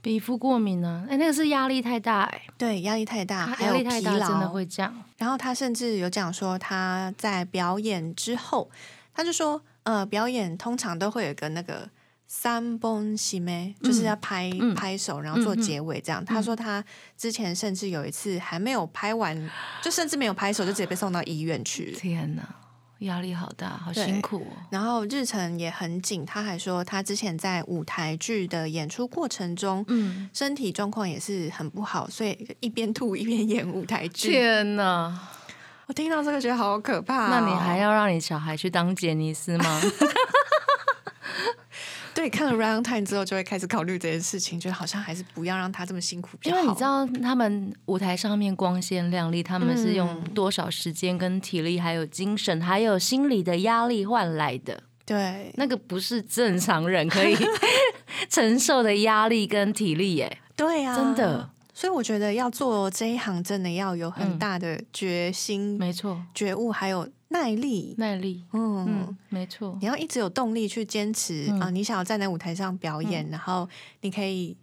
Speaker 1: 皮肤过敏啊，哎，那个是压力太大、哎，
Speaker 2: 对，压力太大，还
Speaker 1: 压
Speaker 2: 有
Speaker 1: 力
Speaker 2: 疲
Speaker 1: 太大真的
Speaker 2: 劳。
Speaker 1: 会这样。
Speaker 2: 然后他甚至有讲说他在表演之后，他就说，呃，表演通常都会有一个那个三崩西咩，就是要拍、
Speaker 1: 嗯
Speaker 2: 拍手，然后做结尾这样。他说他之前甚至有一次还没有拍完，就甚至没有拍手，就直接被送到医院去。
Speaker 1: 天哪，压力好大，好
Speaker 2: 对
Speaker 1: 辛苦哦。
Speaker 2: 然后日程也很紧，他还说他之前在舞台剧的演出过程中，
Speaker 1: 嗯，
Speaker 2: 身体状况也是很不好，所以一边吐一边演舞台剧。
Speaker 1: 天哪，
Speaker 2: 我听到这个觉得好可怕哦、
Speaker 1: 那你还要让你小孩去当杰尼斯吗？
Speaker 2: 对，看了《Round Time》之后，就会开始考虑这件事情，觉得好像还是不要让他这么辛苦比
Speaker 1: 因
Speaker 2: 较好。
Speaker 1: 为你知，道他们舞台上面光鲜亮丽，他们是用
Speaker 2: 嗯
Speaker 1: 多少时间、跟体力、还有精神、还有心理的压力换来的，
Speaker 2: 对，
Speaker 1: 那个不是正常人可以 承受的压力跟体力耶，
Speaker 2: 对啊，
Speaker 1: 真的。嗯
Speaker 2: 所以我觉得要做这一行，真的要有很大的决心、
Speaker 1: 没错，
Speaker 2: 觉悟，还有耐力。
Speaker 1: 耐力，
Speaker 2: 嗯，
Speaker 1: 嗯，没错
Speaker 2: 你，要一直有动力去坚持啊、
Speaker 1: 嗯
Speaker 2: 你想要站在舞台上表演，然后你可以。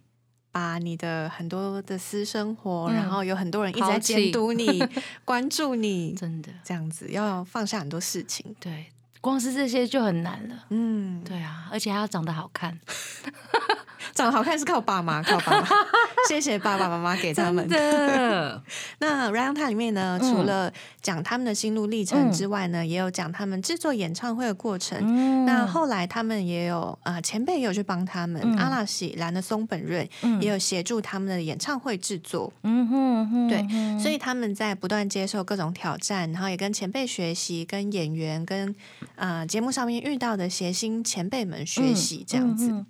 Speaker 2: 把你的很多的私生活，
Speaker 1: 嗯
Speaker 2: 然后有很多人一直
Speaker 1: 抛
Speaker 2: 在
Speaker 1: 弃
Speaker 2: 监 督你、关注你，
Speaker 1: 真的，
Speaker 2: 这样子要放下很多事情。
Speaker 1: 对，光是这些就很难了。
Speaker 2: 嗯，
Speaker 1: 对啊，而且还要长得好看，
Speaker 2: 长得好看是靠爸妈，靠 爸妈，谢谢爸爸妈妈给他们。
Speaker 1: 的，
Speaker 2: 那《Round Time》里面呢，
Speaker 1: 嗯
Speaker 2: 除了讲他们的心路历程之外呢，也有讲他们制作演唱会的过程。
Speaker 1: 嗯
Speaker 2: 那后来他们也有呃前辈也有去帮他们，
Speaker 1: 嗯
Speaker 2: 阿拉喜、兰的松本润、也有协助他们的演唱会制作，
Speaker 1: 嗯哼嗯哼，
Speaker 2: 对
Speaker 1: 嗯哼
Speaker 2: 所以他们在不断接受各种挑战，然后也跟前辈学习，跟演员跟呃节目上面遇到的谐星前辈们学习，这样子。
Speaker 1: 嗯嗯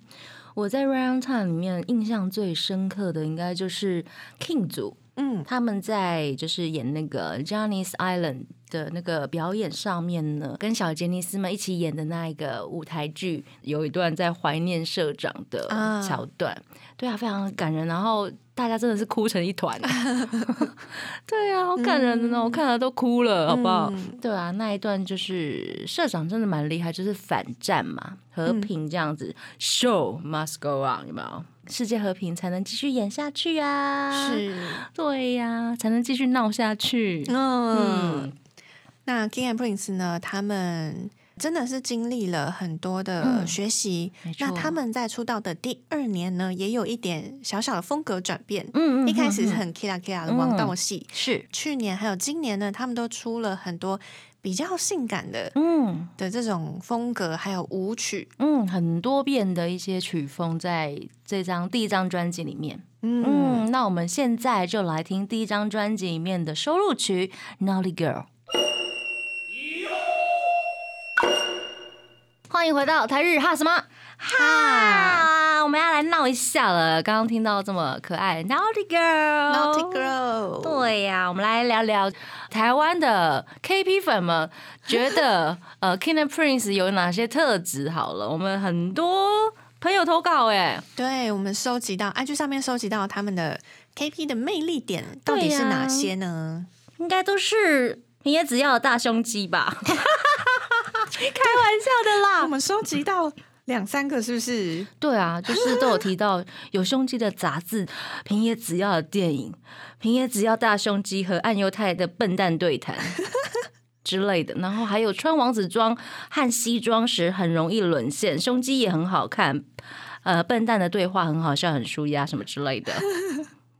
Speaker 1: 我在 Round Time 里面印象最深刻的，应该就是 King 组
Speaker 2: 嗯
Speaker 1: 他们在就是演那个 Johnny's Island 的那个表演上面呢，跟小杰尼斯们一起演的那一个舞台剧，有一段在怀念社长的
Speaker 2: 啊
Speaker 1: 桥段，对啊，非常感人。然后大家真的是哭成一 团，对啊，好感人哦，我看了都哭了，好不好？
Speaker 2: 嗯
Speaker 1: 对啊，那一段就是社长真的蛮厉害，就是反战嘛，和平这样子、s h o w must go on，有没有？世界和平才能继续演下去啊！，
Speaker 2: 是，
Speaker 1: 对呀、才能继续闹下去。
Speaker 2: 嗯
Speaker 1: 嗯，
Speaker 2: 那 King and Prince 呢？他们真的是经历了很多的
Speaker 1: 嗯
Speaker 2: 学习。
Speaker 1: 没错
Speaker 2: 那他们在出道的第二年呢，也有一点小小的风格转变。
Speaker 1: 嗯嗯
Speaker 2: 一开始是
Speaker 1: 嗯
Speaker 2: 很 kira kira 的王道系，
Speaker 1: 是，
Speaker 2: 去年还有今年呢，他们都出了很多比较性感的
Speaker 1: 嗯
Speaker 2: 的这种风格，还有舞曲。
Speaker 1: 嗯，很多变的一些曲风在这张第一张专辑里面。
Speaker 2: 嗯，
Speaker 1: 嗯，那我们现在就来听第一张专辑里面的收录曲《Naughty Girl》。欢迎回到台日哈什么
Speaker 2: 哈
Speaker 1: 啊？我们要来闹一下了。刚刚听到这么可爱《Naughty Girl》
Speaker 2: ，Naughty Girl，
Speaker 1: 哦对呀、我们来聊聊台湾的 KP 粉们觉 得呃 King and Prince 有哪些特质？好了，我们很多朋友投稿哎，
Speaker 2: 对，我们收集到 IG 上面收集到他们的 KP 的魅力点到底是哪些呢？
Speaker 1: 应该都是你也只要有大胸肌 吧？开玩笑的啦，
Speaker 2: 我们收集到两三个，是不是？
Speaker 1: 对啊，就是都有提到有胸肌的杂志，平野紫耀的电影，平野紫耀大胸肌和暗犹太的笨蛋对谈之类的，然后还有穿王子装和西装时很容易沦陷，胸肌也很好看，呃，笨蛋的对话很好笑，很舒压什么之类的。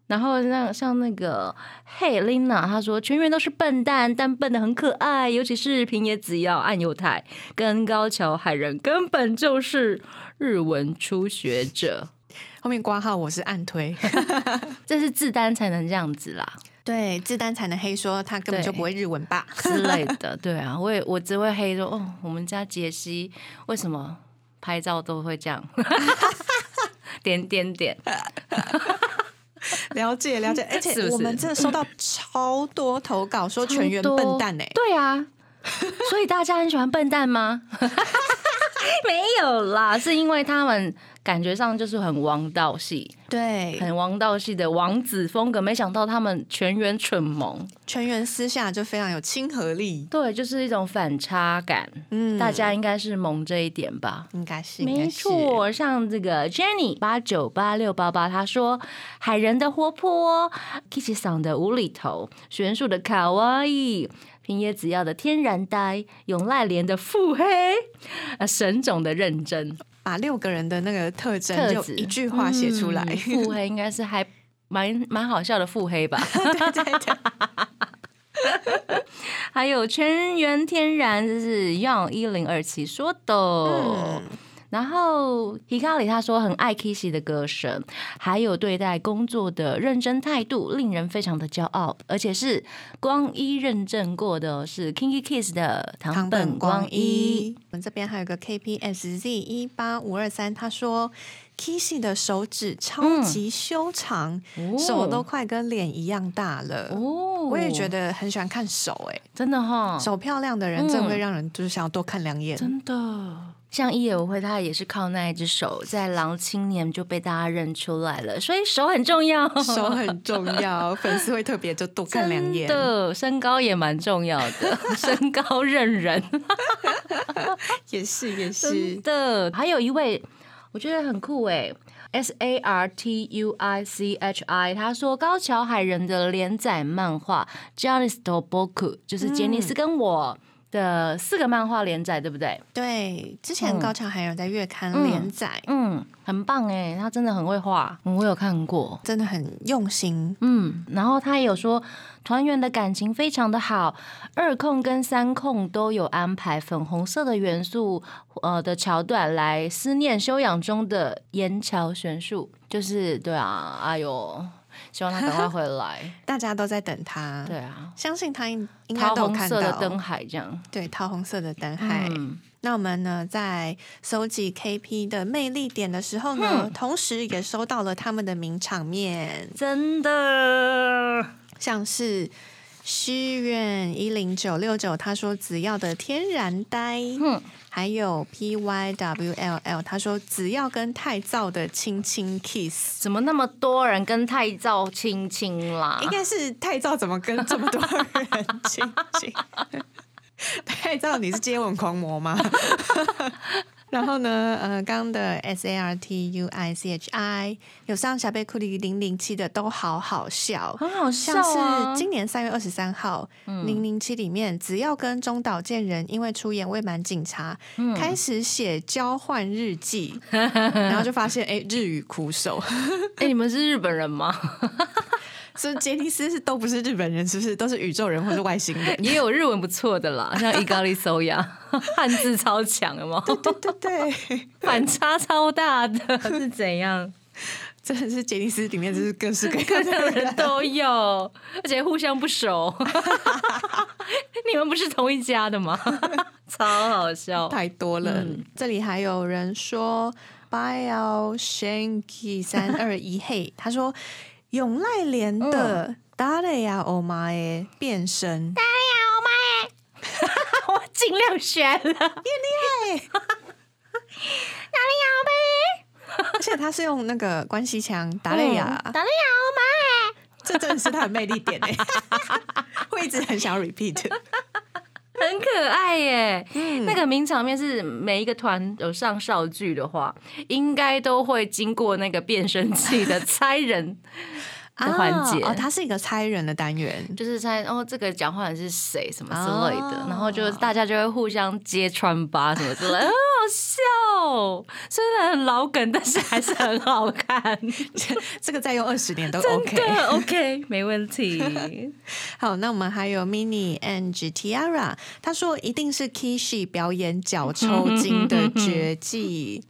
Speaker 1: 然后像像那个嘿 Lina，她说全员都是笨蛋，但笨的很可爱，尤其是平野紫耀、暗犹太跟高桥海人，根本就是日文初学者，
Speaker 2: 后面挂号我是暗 推，
Speaker 1: 这是自单才能这样子啦
Speaker 2: 对，自丹才能黑说他根本就不会日文吧？
Speaker 1: 之类的。 对啊，我也我只会黑说哦，我们家杰西为什么拍照都会这样， 点点点，
Speaker 2: 了解 了解，而且
Speaker 1: 是不是
Speaker 2: 我们真的收到超多投稿，说全员
Speaker 1: 超多
Speaker 2: 笨蛋哎、
Speaker 1: 对啊，所以大家很喜欢笨蛋吗？ 没有啦，是因为他们感觉上就是很王道系，
Speaker 2: 对，
Speaker 1: 很王道系的王子风格。没想到他们全员蠢萌，
Speaker 2: 全员私下就非常有亲和力，
Speaker 1: 对，就是一种反差感。
Speaker 2: 嗯，
Speaker 1: 大家应该是萌这一点吧。
Speaker 2: 应该是
Speaker 1: 没，
Speaker 2: 应该是
Speaker 1: 错，像这个 Jenny 八九八六八八，她说海人的活泼，Kitty 桑的无厘头，玄树的卡哇伊，平野紫耀的天然呆，永濑廉的腹黑，呃，沈总的认真
Speaker 2: 把六个人的那个特征
Speaker 1: 特
Speaker 2: 就
Speaker 1: 质，
Speaker 2: 一句话写出来，
Speaker 1: 嗯腹黑应该是还蛮蛮好笑的腹黑吧。
Speaker 2: 对对对，
Speaker 1: 还有全员天然，这是 Young 一零二七说的。
Speaker 2: 嗯
Speaker 1: 然后 Hikari 他说很爱 Kissy 的歌声，还有对待工作的认真态度，令人非常的骄傲，而且是光一认证过的哦，是 Kinky Kiss 的唐
Speaker 2: 唐
Speaker 1: 本
Speaker 2: 本
Speaker 1: 光
Speaker 2: 光
Speaker 1: 一。
Speaker 2: 一，我们这边还有个 KPSZ 一八五二三，他说 Kissy 的手指超级修长，
Speaker 1: 嗯哦
Speaker 2: 手都快跟脸一样大了。
Speaker 1: 哦
Speaker 2: 我也觉得很喜欢看手、欸，
Speaker 1: 真的哈、
Speaker 2: 手漂亮的人，
Speaker 1: 嗯
Speaker 2: 真会让人就是想要多看两眼。
Speaker 1: 真的。像一野舞会，他也是靠那一只手，在狼青年就被大家认出来了，所以手很重要。
Speaker 2: 手很重要，粉丝会特别就多看两眼。
Speaker 1: 真的，身高也蛮重要 的，身高认人，
Speaker 2: 也是也
Speaker 1: 真
Speaker 2: 是，
Speaker 1: 的。还有一位，我觉得很酷哎。S A R T U I C H I，他说高桥海人的连载漫画《Janice to Boku》，就是杰尼斯跟我的四个漫画连载，对不对？
Speaker 2: 对。之前
Speaker 1: 嗯
Speaker 2: 高桥海有在月刊
Speaker 1: 嗯
Speaker 2: 连载，
Speaker 1: 嗯，很棒哎，他真的很会画，嗯我有看过。
Speaker 2: 真的很用心。
Speaker 1: 嗯，然后他也有说，团员的感情非常的好，二控跟三控都有安排粉红色的元素，呃的桥段来思念修养中的岩桥玄树，就是对啊，哎呦，希望他赶快回 来，
Speaker 2: 大家都在等他，
Speaker 1: 对啊，
Speaker 2: 相信他应应该
Speaker 1: 桃
Speaker 2: 都有
Speaker 1: 红
Speaker 2: 看
Speaker 1: 色的
Speaker 2: 到。
Speaker 1: 灯海这样，
Speaker 2: 对，桃红色的灯海。
Speaker 1: 嗯，
Speaker 2: 那我们呢，在搜集 KP 的魅力点的时候呢，
Speaker 1: 嗯
Speaker 2: 同时也收到了他们的名场面，
Speaker 1: 真的，
Speaker 2: 像是虚远一零九六九，他说只要的天然呆，
Speaker 1: 嗯，
Speaker 2: 还有 PYWLL，他说只要跟太燥的亲亲 kiss，
Speaker 1: 怎么那么多人跟太照亲亲啦？
Speaker 2: 应该是太燥怎么跟 这么多人亲亲？ 太燥你是接吻狂魔吗？ 然后呢，呃，刚刚的 S A R T U I C H I 有上小贝库里零零七的都好好笑，
Speaker 1: 很好笑
Speaker 2: 像
Speaker 1: 啊嗯
Speaker 2: 是，今年三月二十三号，《零零七》里面，只要跟中岛健人因为出演未满警察，
Speaker 1: 嗯
Speaker 2: 开始写交换 日记，然后就发现，哎、日语苦手，
Speaker 1: 哎、你们是日本人吗？？
Speaker 2: 所以杰尼斯是都不是日本人，是不是都是宇宙人或是外星人
Speaker 1: 也有日文不错的啦，像伊咖喱搜呀， 汉字超强的嘛，
Speaker 2: 对对对，
Speaker 1: 反差超大的，是怎样？
Speaker 2: 真的是杰尼斯里面 就是各式各
Speaker 1: 各
Speaker 2: 样
Speaker 1: 种
Speaker 2: 的人
Speaker 1: 人。都有，而且互相不 熟。你们不是同一家的 吗？超好笑。
Speaker 2: 太多了。这里还有人说 “bio shanky 三二一嘿”， 他说永濑廉的“达雷亚欧玛耶”变身，
Speaker 1: 我尽量学了，
Speaker 2: 而且他是用那个关西腔“达雷亚
Speaker 1: 打得了吗？”，
Speaker 2: 这真的是他的魅力点哎、欸 我一直很想要 repeat。
Speaker 1: 很可爱耶。
Speaker 2: 嗯
Speaker 1: 那个名场面是每一个团有上少剧的话，应该都会经过那个变声器的 猜人的环节，
Speaker 2: 哦，它是一个猜人的单元。
Speaker 1: 就是猜哦这个讲话人是谁什么之类的，
Speaker 2: 哦
Speaker 1: 然后就大家就会互相揭穿吧什么之类的，很 好笑哦。虽然很老梗，但是还是很好 看。
Speaker 2: 这个再用二十年都
Speaker 1: 真
Speaker 2: OK。
Speaker 1: 的 OK，没问题。
Speaker 2: 好，那我们还有 Mini and Tiara，他说一定是 Kishi 表演脚抽筋的绝技。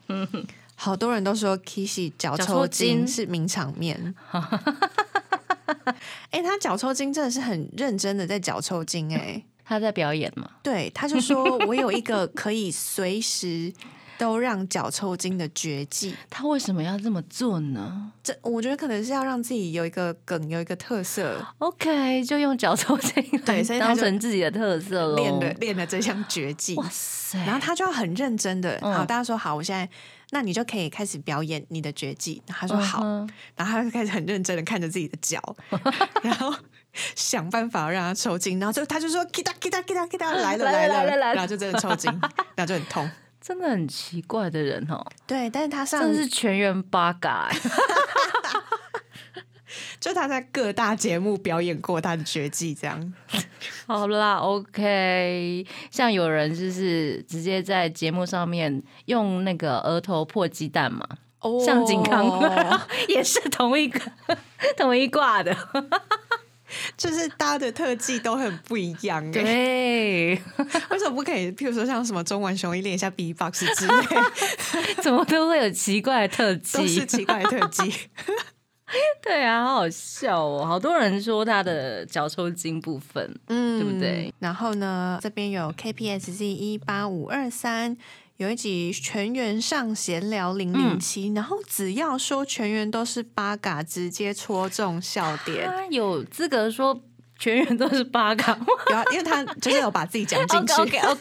Speaker 2: 好多人都说 Kishi 脚抽
Speaker 1: 脚抽
Speaker 2: 筋
Speaker 1: 筋
Speaker 2: 是名场面。哎、他脚抽筋真的是很认真的在脚抽筋哎、
Speaker 1: 他在表演嘛？
Speaker 2: 对，他就说我有一个可以随时都让脚抽筋的绝技，
Speaker 1: 他为什么要这么做呢
Speaker 2: 这我觉得可能是要让自己有一个梗，有一个特色。
Speaker 1: ？OK，就 用脚抽筋
Speaker 2: 对所以他
Speaker 1: 当
Speaker 2: 就
Speaker 1: 成自己的特色喽。
Speaker 2: 练了练了这项绝技，
Speaker 1: 哇塞！
Speaker 2: 然后他就要很认真的，
Speaker 1: 嗯
Speaker 2: 好，大家说好，我现在，那你就可以开始表演你的绝技。然后他说
Speaker 1: 嗯
Speaker 2: 好，
Speaker 1: 哼
Speaker 2: 然后他就开始很认真的看着自己的 脚，然后想办法让他抽筋。然后就他就说 kita kita kita kita 来了
Speaker 1: 来了来
Speaker 2: 来
Speaker 1: 了
Speaker 2: 了，
Speaker 1: 来了
Speaker 2: 然后就真的 抽筋，然后就很痛。
Speaker 1: 真的很奇怪的人哦，
Speaker 2: 对，但是他
Speaker 1: 真
Speaker 2: 上
Speaker 1: 的是全员八嘎欸。
Speaker 2: 就他在各大节目表演过他的绝技，这样。
Speaker 1: 好啦，OK，像有人就是直接在节目上面用那个额头破鸡蛋嘛，
Speaker 2: 哦
Speaker 1: 像景康 也是同一个 同一挂的。
Speaker 2: 就是大家的特技都很不一样哎、
Speaker 1: 对，
Speaker 2: 为什么不可以？譬如说像什么中文熊一练一下 B-box 之类，
Speaker 1: 怎么都会有奇怪的特
Speaker 2: 都
Speaker 1: 技。
Speaker 2: 是奇怪的特技。
Speaker 1: 对啊，好好笑哦！好多人说他的脚抽筋部分，
Speaker 2: 嗯
Speaker 1: 对不对？
Speaker 2: 然后呢，这边有 KPSZ 一八五二三。有一集全员上闲聊零零
Speaker 1: 嗯
Speaker 2: 七，然后只要说全员都是八嘎，直接戳中笑 点。
Speaker 1: 他有资格说全员都是八嘎吗
Speaker 2: 然啊后，因为他就是有把自己讲 进 去，
Speaker 1: ？OK OK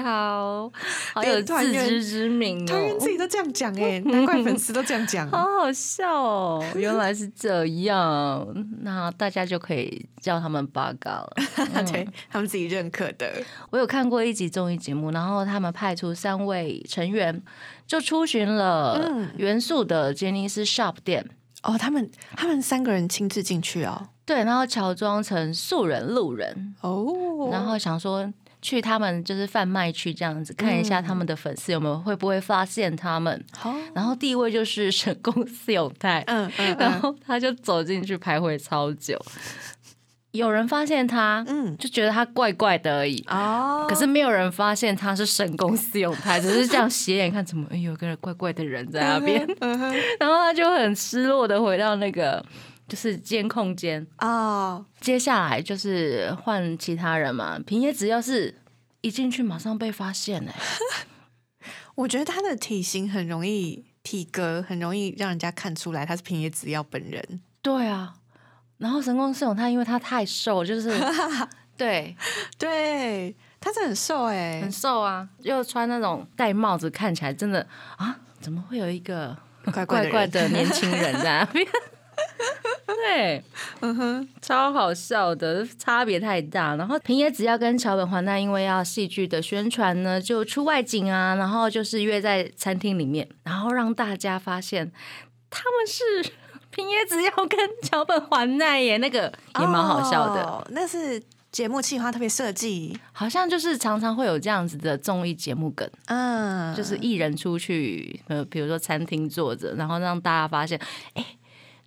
Speaker 1: OK，好，好有
Speaker 2: 团
Speaker 1: 自
Speaker 2: 员
Speaker 1: 知之明
Speaker 2: 团员
Speaker 1: 哦
Speaker 2: 自。己都这样讲哎、难怪粉丝都这 样讲。
Speaker 1: 好好笑哦！原来是这样，那大家就可以叫他们八嘎 了。
Speaker 2: 对他们自己认可的，
Speaker 1: 我有看过一集综艺节目，然后他们派出三位成员就出巡了
Speaker 2: 嗯
Speaker 1: 元素的杰尼斯 Shop 店，
Speaker 2: 哦，他们他们三个人亲自进去哦，
Speaker 1: 对，然后乔装成素人路人，
Speaker 2: 哦，
Speaker 1: 然后想说。去他们就是贩卖区这样子看一下他们的粉丝有没有会不会发现他们，
Speaker 2: 好，
Speaker 1: 然后第一位就是神宫寺永泰，
Speaker 2: 嗯嗯
Speaker 1: 然
Speaker 2: 嗯
Speaker 1: 后他就走进去徘徊超久，有人发现他，
Speaker 2: 嗯，
Speaker 1: 就觉得他怪怪的而已，
Speaker 2: 哦，
Speaker 1: 可是没有人发现他是神宫寺永太，只是这样斜眼看，怎么哎有个人怪怪的人在那边，
Speaker 2: 嗯哼
Speaker 1: 然后他就很失落的回到那个就是监控间。
Speaker 2: 哦，
Speaker 1: 接下来就是换其他人嘛，平野只要是一进去马上被发现哎、
Speaker 2: 我觉得他的体型很容易，体格很容易让人家看出来他是平野紫耀本人。
Speaker 1: 对啊，然后神宫寺永太因为他太瘦， 就是对
Speaker 2: 对，他真的很瘦哎、
Speaker 1: 很瘦啊，又穿那种戴帽子，看起来真的啊，怎么会有一个
Speaker 2: 怪怪
Speaker 1: 怪
Speaker 2: 的
Speaker 1: 怪
Speaker 2: 人
Speaker 1: 的年轻人在那边？ 对，
Speaker 2: 嗯哼，
Speaker 1: 超好笑的，差别太大。然后平野只要跟桥本环奈因为要戏剧的宣传呢，就出外景啊，然后就是约在餐厅里面，然后让大家发现他们是 平野只要跟桥本环奈耶，那个也蛮好笑的。
Speaker 2: 哦那是节目企划特别设计，
Speaker 1: 好像就是常常会有这样子的综艺节目梗，
Speaker 2: 嗯，
Speaker 1: 就是艺人出去，呃，比如说餐厅坐着，然后让大家发现，哎、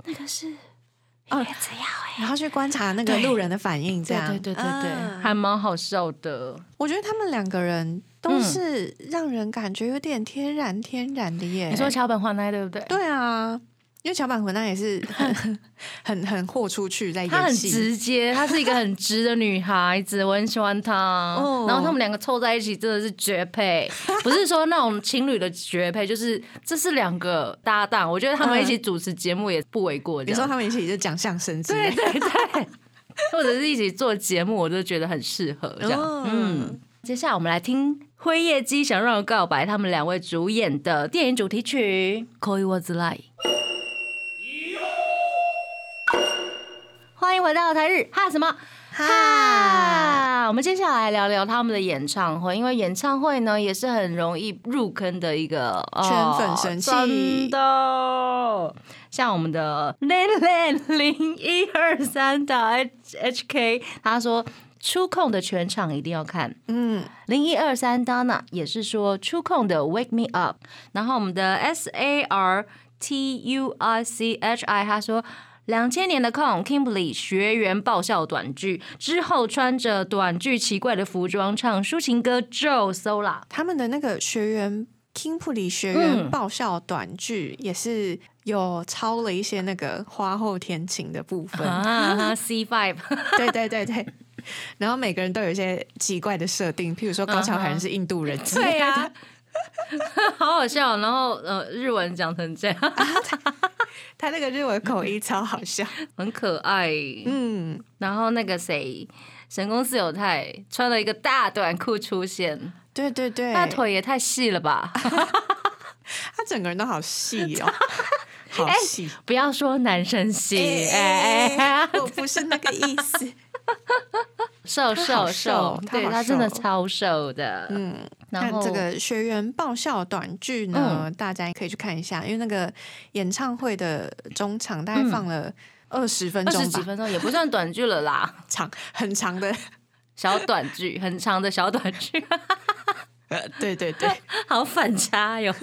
Speaker 1: 那个是平野只要哎、
Speaker 2: 然后去观察那个路人的反应，这样
Speaker 1: 对对对对对，
Speaker 2: 嗯
Speaker 1: 还蛮好笑的。
Speaker 2: 我觉得他们两个人
Speaker 1: 嗯
Speaker 2: 都是让人感觉有点天然天然的耶。
Speaker 1: 你说桥本环奈对不对？
Speaker 2: 对啊，因为桥板魂那也是 很很很豁出去在
Speaker 1: 她
Speaker 2: 演
Speaker 1: 很
Speaker 2: 戏，
Speaker 1: 直接，她是一个很直的女孩子，我很喜欢她。
Speaker 2: 哦
Speaker 1: 然后他们两个凑在一起真的是绝配，不是说那种情侣的绝配，就是这是两个搭档，我觉得他们一起主持节目也不为过。这
Speaker 2: 你说
Speaker 1: 样，
Speaker 2: 他们一起就讲相声之类
Speaker 1: 对
Speaker 2: 的，
Speaker 1: 对对，或者是一起做节目，我就觉得很适合这样。
Speaker 2: 哦
Speaker 1: 嗯，接下来我们来听辉夜姬想让我告白他们两位主演的电影主题曲《Koi Was Lie》。欢迎回到台日哈什么
Speaker 2: 哈。
Speaker 1: 啊，我们接下来聊聊他们的演唱会，因为演唱会呢也是很容易入坑的一个、哦
Speaker 2: 圈粉神器
Speaker 1: 真的。像我们的 l e l 零一二三的 H H K，他说出控的全场一定要看。
Speaker 2: 嗯，
Speaker 1: 零一二三 Donna 也是说出控的 Wake Me Up，然后我们的 S A R T U I C H I 他说。两千年的控 Kimberly 学员爆笑短剧之后，穿着短剧奇怪的服装唱抒情歌 Joe Sola，
Speaker 2: 他们的那个学员 King p u l y 学
Speaker 1: 嗯
Speaker 2: 员爆笑短剧也是有抄了一些那个花后甜情的部分。
Speaker 1: 啊 C Five，
Speaker 2: 对对对对。 然后每个人都有一些奇怪的设定，譬如说高桥海人是印度人之
Speaker 1: 嗯对
Speaker 2: 类的，
Speaker 1: 呀、 好好笑。然后呃，日文讲成这样，
Speaker 2: 他那个日文口音超好 笑。
Speaker 1: 很可爱。
Speaker 2: 嗯，
Speaker 1: 然后那个谁，神宫寺有太穿了一个大短裤出现，
Speaker 2: 对对对，
Speaker 1: 那腿也太细了 吧！
Speaker 2: 他整个人都好细 哦，
Speaker 1: 哎
Speaker 2: 好细。
Speaker 1: 不要说男生细，哎
Speaker 2: 哎
Speaker 1: 哎哎，
Speaker 2: 我不是那个意思。
Speaker 1: 瘦
Speaker 2: 他
Speaker 1: 瘦
Speaker 2: 好
Speaker 1: 瘦
Speaker 2: 瘦，
Speaker 1: 对
Speaker 2: 他好
Speaker 1: 他真的
Speaker 2: 瘦
Speaker 1: 超瘦的，嗯，然
Speaker 2: 那
Speaker 1: 后嗯
Speaker 2: 这个学员爆笑短剧呢，大家可以去看一下，因为那个演唱会的中场大概放了二十分
Speaker 1: 嗯二十
Speaker 2: 钟
Speaker 1: 几
Speaker 2: 吧，
Speaker 1: 分钟也不算短剧了啦，
Speaker 2: 长很 长的，
Speaker 1: 小短剧，很长的小短剧，
Speaker 2: 对对 对，
Speaker 1: 好反差哟。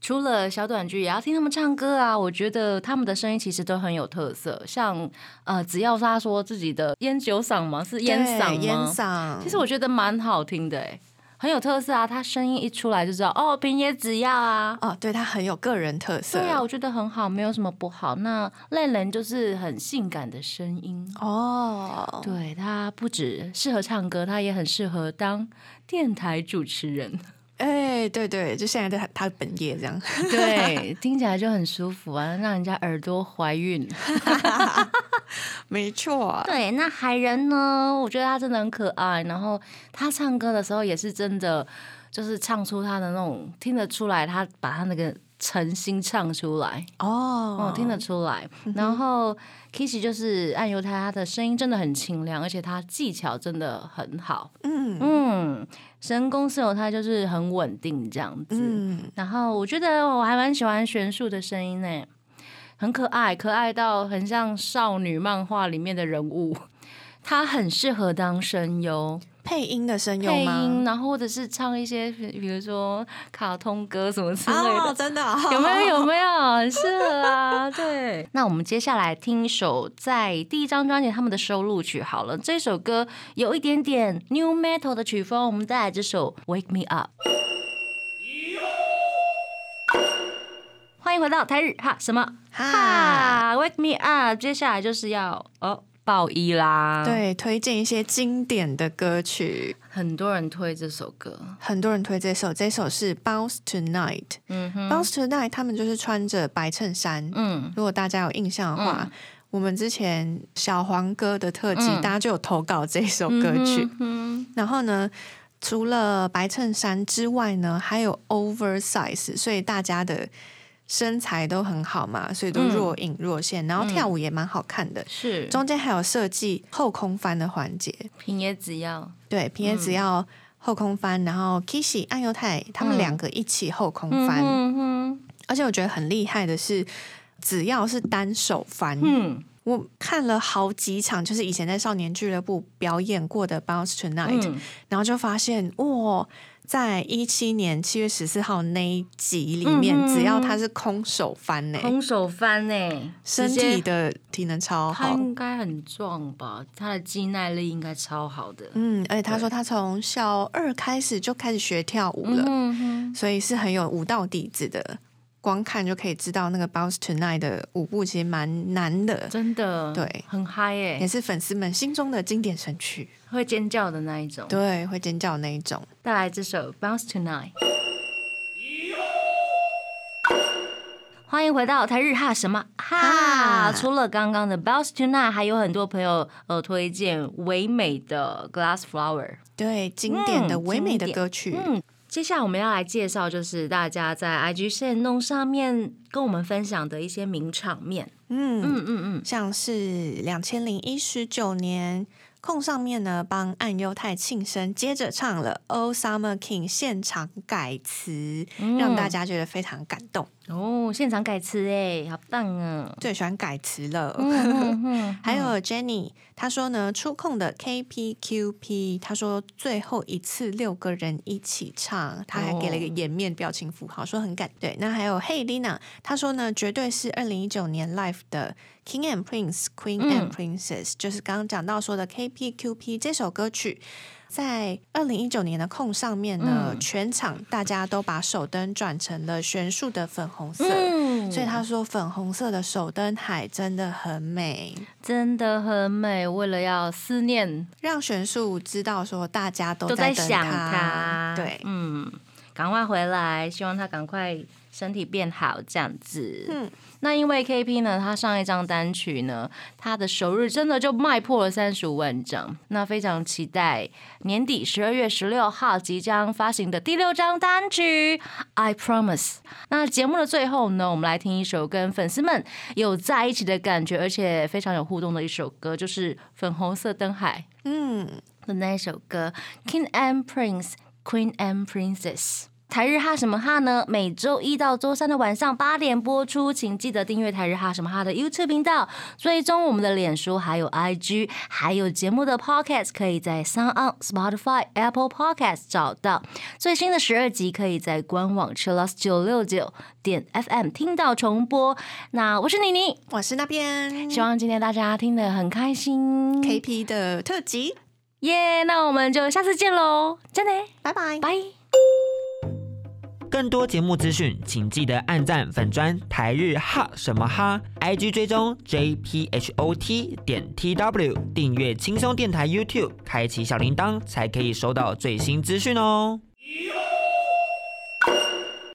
Speaker 1: 除了小短剧，也要听他们唱歌啊！我觉得他们的声音其实都很有特色，像呃，只要他说自己的烟酒嗓嘛，是烟嗓吗？
Speaker 2: 对烟嗓，
Speaker 1: 其实我觉得蛮好听的、欸，很有特色啊！他声音一出来就知道，哦，平野紫耀啊，
Speaker 2: 哦，对他很有个人特色，
Speaker 1: 对啊，我觉得很好，没有什么不好。那类人就是很性感的声音，
Speaker 2: 哦，
Speaker 1: 对他不止适合唱歌，他也很适合当电台主持人。
Speaker 2: 哎，对对，就现在的他他本业 这样，
Speaker 1: 对，听起来就很舒服啊，让人家耳朵怀 孕。
Speaker 2: 没错，
Speaker 1: 对，那海人呢？我觉得他真的很可爱，然后他唱歌的时候也是真的，就是唱出他的那种听得出来，他把他那个诚心唱出来。
Speaker 2: 哦嗯
Speaker 1: 哦，，听得出来。然后 Kissy 就是暗犹太，他的声音真的很清亮，而且他技巧真的很好。
Speaker 2: 嗯
Speaker 1: 嗯，神宫寺有他就是很稳定这样子。
Speaker 2: 嗯，
Speaker 1: 然后我觉得我还蛮喜欢玄树的声音呢，很可爱，可爱到很像少女漫画里面的人物。他很适合当声优、
Speaker 2: 配音的声优
Speaker 1: 配音，
Speaker 2: 吗？
Speaker 1: 然后或者是唱一些，比如说卡通歌什么之类的。
Speaker 2: 哦，真的哦，
Speaker 1: 有没 有？有没有？很适合啊，对。 那我们接下来听一首在第一张专辑他们的收录曲好了，这首歌有一点点 new metal 的曲风，我们带来这首《Wake Me Up》。欢迎回到台日哈什么
Speaker 2: 哈？
Speaker 1: 哈，Wake Me Up，接下来就是要哦爆一啦，，
Speaker 2: 对，推荐一些经典的歌曲，
Speaker 1: 很多人推这首歌，
Speaker 2: 很多人推这首，这首是《Bounce Tonight》。
Speaker 1: 嗯哼，
Speaker 2: Bounce Tonight，他们就是穿着白衬衫。
Speaker 1: 嗯，
Speaker 2: 如果大家有印象的话，我们之前小黄歌的特辑，
Speaker 1: 嗯
Speaker 2: 大家就有投稿这首歌曲。
Speaker 1: 嗯
Speaker 2: 然后呢，除了白衬衫之外呢，还有 oversize，所以大家的身材都很好嘛，所以都
Speaker 1: 嗯
Speaker 2: 若隐若现。然后跳舞也蛮好看的，
Speaker 1: 是
Speaker 2: 中间还有设计后空翻的环节。
Speaker 1: 平野紫耀，
Speaker 2: 对，
Speaker 1: 嗯
Speaker 2: 平野只要后空翻，然后 Kishi 暗犹太他们两个一起后空翻，
Speaker 1: 嗯哼，
Speaker 2: 而且我觉得很厉害的是，只要是单手翻，
Speaker 1: 嗯。
Speaker 2: 我看了好几场，就是以前在少年俱乐部表演过的《Bounce Tonight》，
Speaker 1: 嗯
Speaker 2: 然后就发现哇、在一七年七月十四号那一集里面，
Speaker 1: 嗯哼
Speaker 2: 只要他是空手翻呢、
Speaker 1: 空手翻呢、
Speaker 2: 身
Speaker 1: 直接
Speaker 2: 体的体能超
Speaker 1: 他
Speaker 2: 好。
Speaker 1: 应该很壮吧？他的肌耐力应该超好的。
Speaker 2: 嗯，而且他说他从小二开始就开始学跳舞了，
Speaker 1: 嗯哼，
Speaker 2: 所以是很有舞蹈底子的。光看就可以知道那个《Bounce Tonight》的舞步其实蛮难的，
Speaker 1: 真的，
Speaker 2: 对
Speaker 1: 很嗨耶、
Speaker 2: 也是粉丝们心中的经典神曲。
Speaker 1: 会尖叫的那一种。
Speaker 2: 对，会尖叫那一种。
Speaker 1: 带来这首《Bounce Tonight》。欢迎回到台日哈什么哈？
Speaker 2: 哈
Speaker 1: 除了刚刚的《Bounce Tonight》，还有很多朋友呃推荐唯美的《Glass Flower》。
Speaker 2: 对，经典的
Speaker 1: 嗯
Speaker 2: 唯美
Speaker 1: 经
Speaker 2: 的
Speaker 1: 典
Speaker 2: 歌曲。
Speaker 1: 嗯，接下来我们要来介绍，就是大家在 IG 线弄上面跟我们分享的一些名场面。
Speaker 2: 嗯，
Speaker 1: 嗯嗯嗯，
Speaker 2: 像是两千零一十九年空上面呢帮岸优太庆生，接着唱了《O Summer King》现场改词，
Speaker 1: 嗯
Speaker 2: 让大家觉得非常感动。
Speaker 1: 哦，现场改词哎，好棒啊！
Speaker 2: 最喜欢改词了。
Speaker 1: 嗯嗯
Speaker 2: 还有 Jenny，她说呢，出控的 KPQP，她说最后一次六个人一起唱，她还给
Speaker 1: 哦
Speaker 2: 了一个颜面表情符号，说很感对。那还有 Hey Lina，她说呢，绝对是二零一九年 Live 的 King and Prince、Queen
Speaker 1: 嗯
Speaker 2: and Princess，、就是刚刚讲到说的 KPQP 这首歌曲。在二零一九年的空上面呢，
Speaker 1: 嗯
Speaker 2: 全场大家都把手灯转成了悬殊的粉红色，
Speaker 1: 嗯
Speaker 2: 所以他说粉红色的手灯海真的很美，
Speaker 1: 真的很美。为了要思念，
Speaker 2: 让玄树知道说大家都
Speaker 1: 都在
Speaker 2: 等
Speaker 1: 想
Speaker 2: 他
Speaker 1: 他。
Speaker 2: 对，
Speaker 1: 嗯，赶快回来，希望他赶快身体变好，这样子。
Speaker 2: 嗯
Speaker 1: 那因为 KP 呢，他上一张单曲呢，他的首日真的就卖破了三十五万张，那非常期待年底十二月十六号即将发行的第六张单曲《I Promise》。那节目的最后呢，我们来听一首跟粉丝们有在一起的感觉，而且非常有互动的一首歌，就是《粉红色灯海》。
Speaker 2: 嗯，
Speaker 1: 的那一首歌《King and Prince》（Queen and Princess）。台日哈什么哈呢？每周一到周三的晚上八点播出，请记得订阅台日哈什么哈的 YouTube 频道，追踪我们的脸书，还有 IG，还有节目的 Podcast，可以在 s o n On、Spotify、Apple Podcast 找到最新的十二集，可以在官网 chillus 九六九点 FM 听到重播。那我是妮妮，
Speaker 2: 我是那边
Speaker 1: 希望今天大家听得很开心，
Speaker 2: KP 的特辑，
Speaker 1: 耶那我们就下次见喽，真的，
Speaker 2: 拜拜。
Speaker 1: 拜。
Speaker 3: 更多节目资讯，请记得按赞粉砖台日哈什么哈，IG 追踪 JPHOT 点 TW，订阅轻松电台 YouTube，开启小铃铛才可以收到最新资讯哦。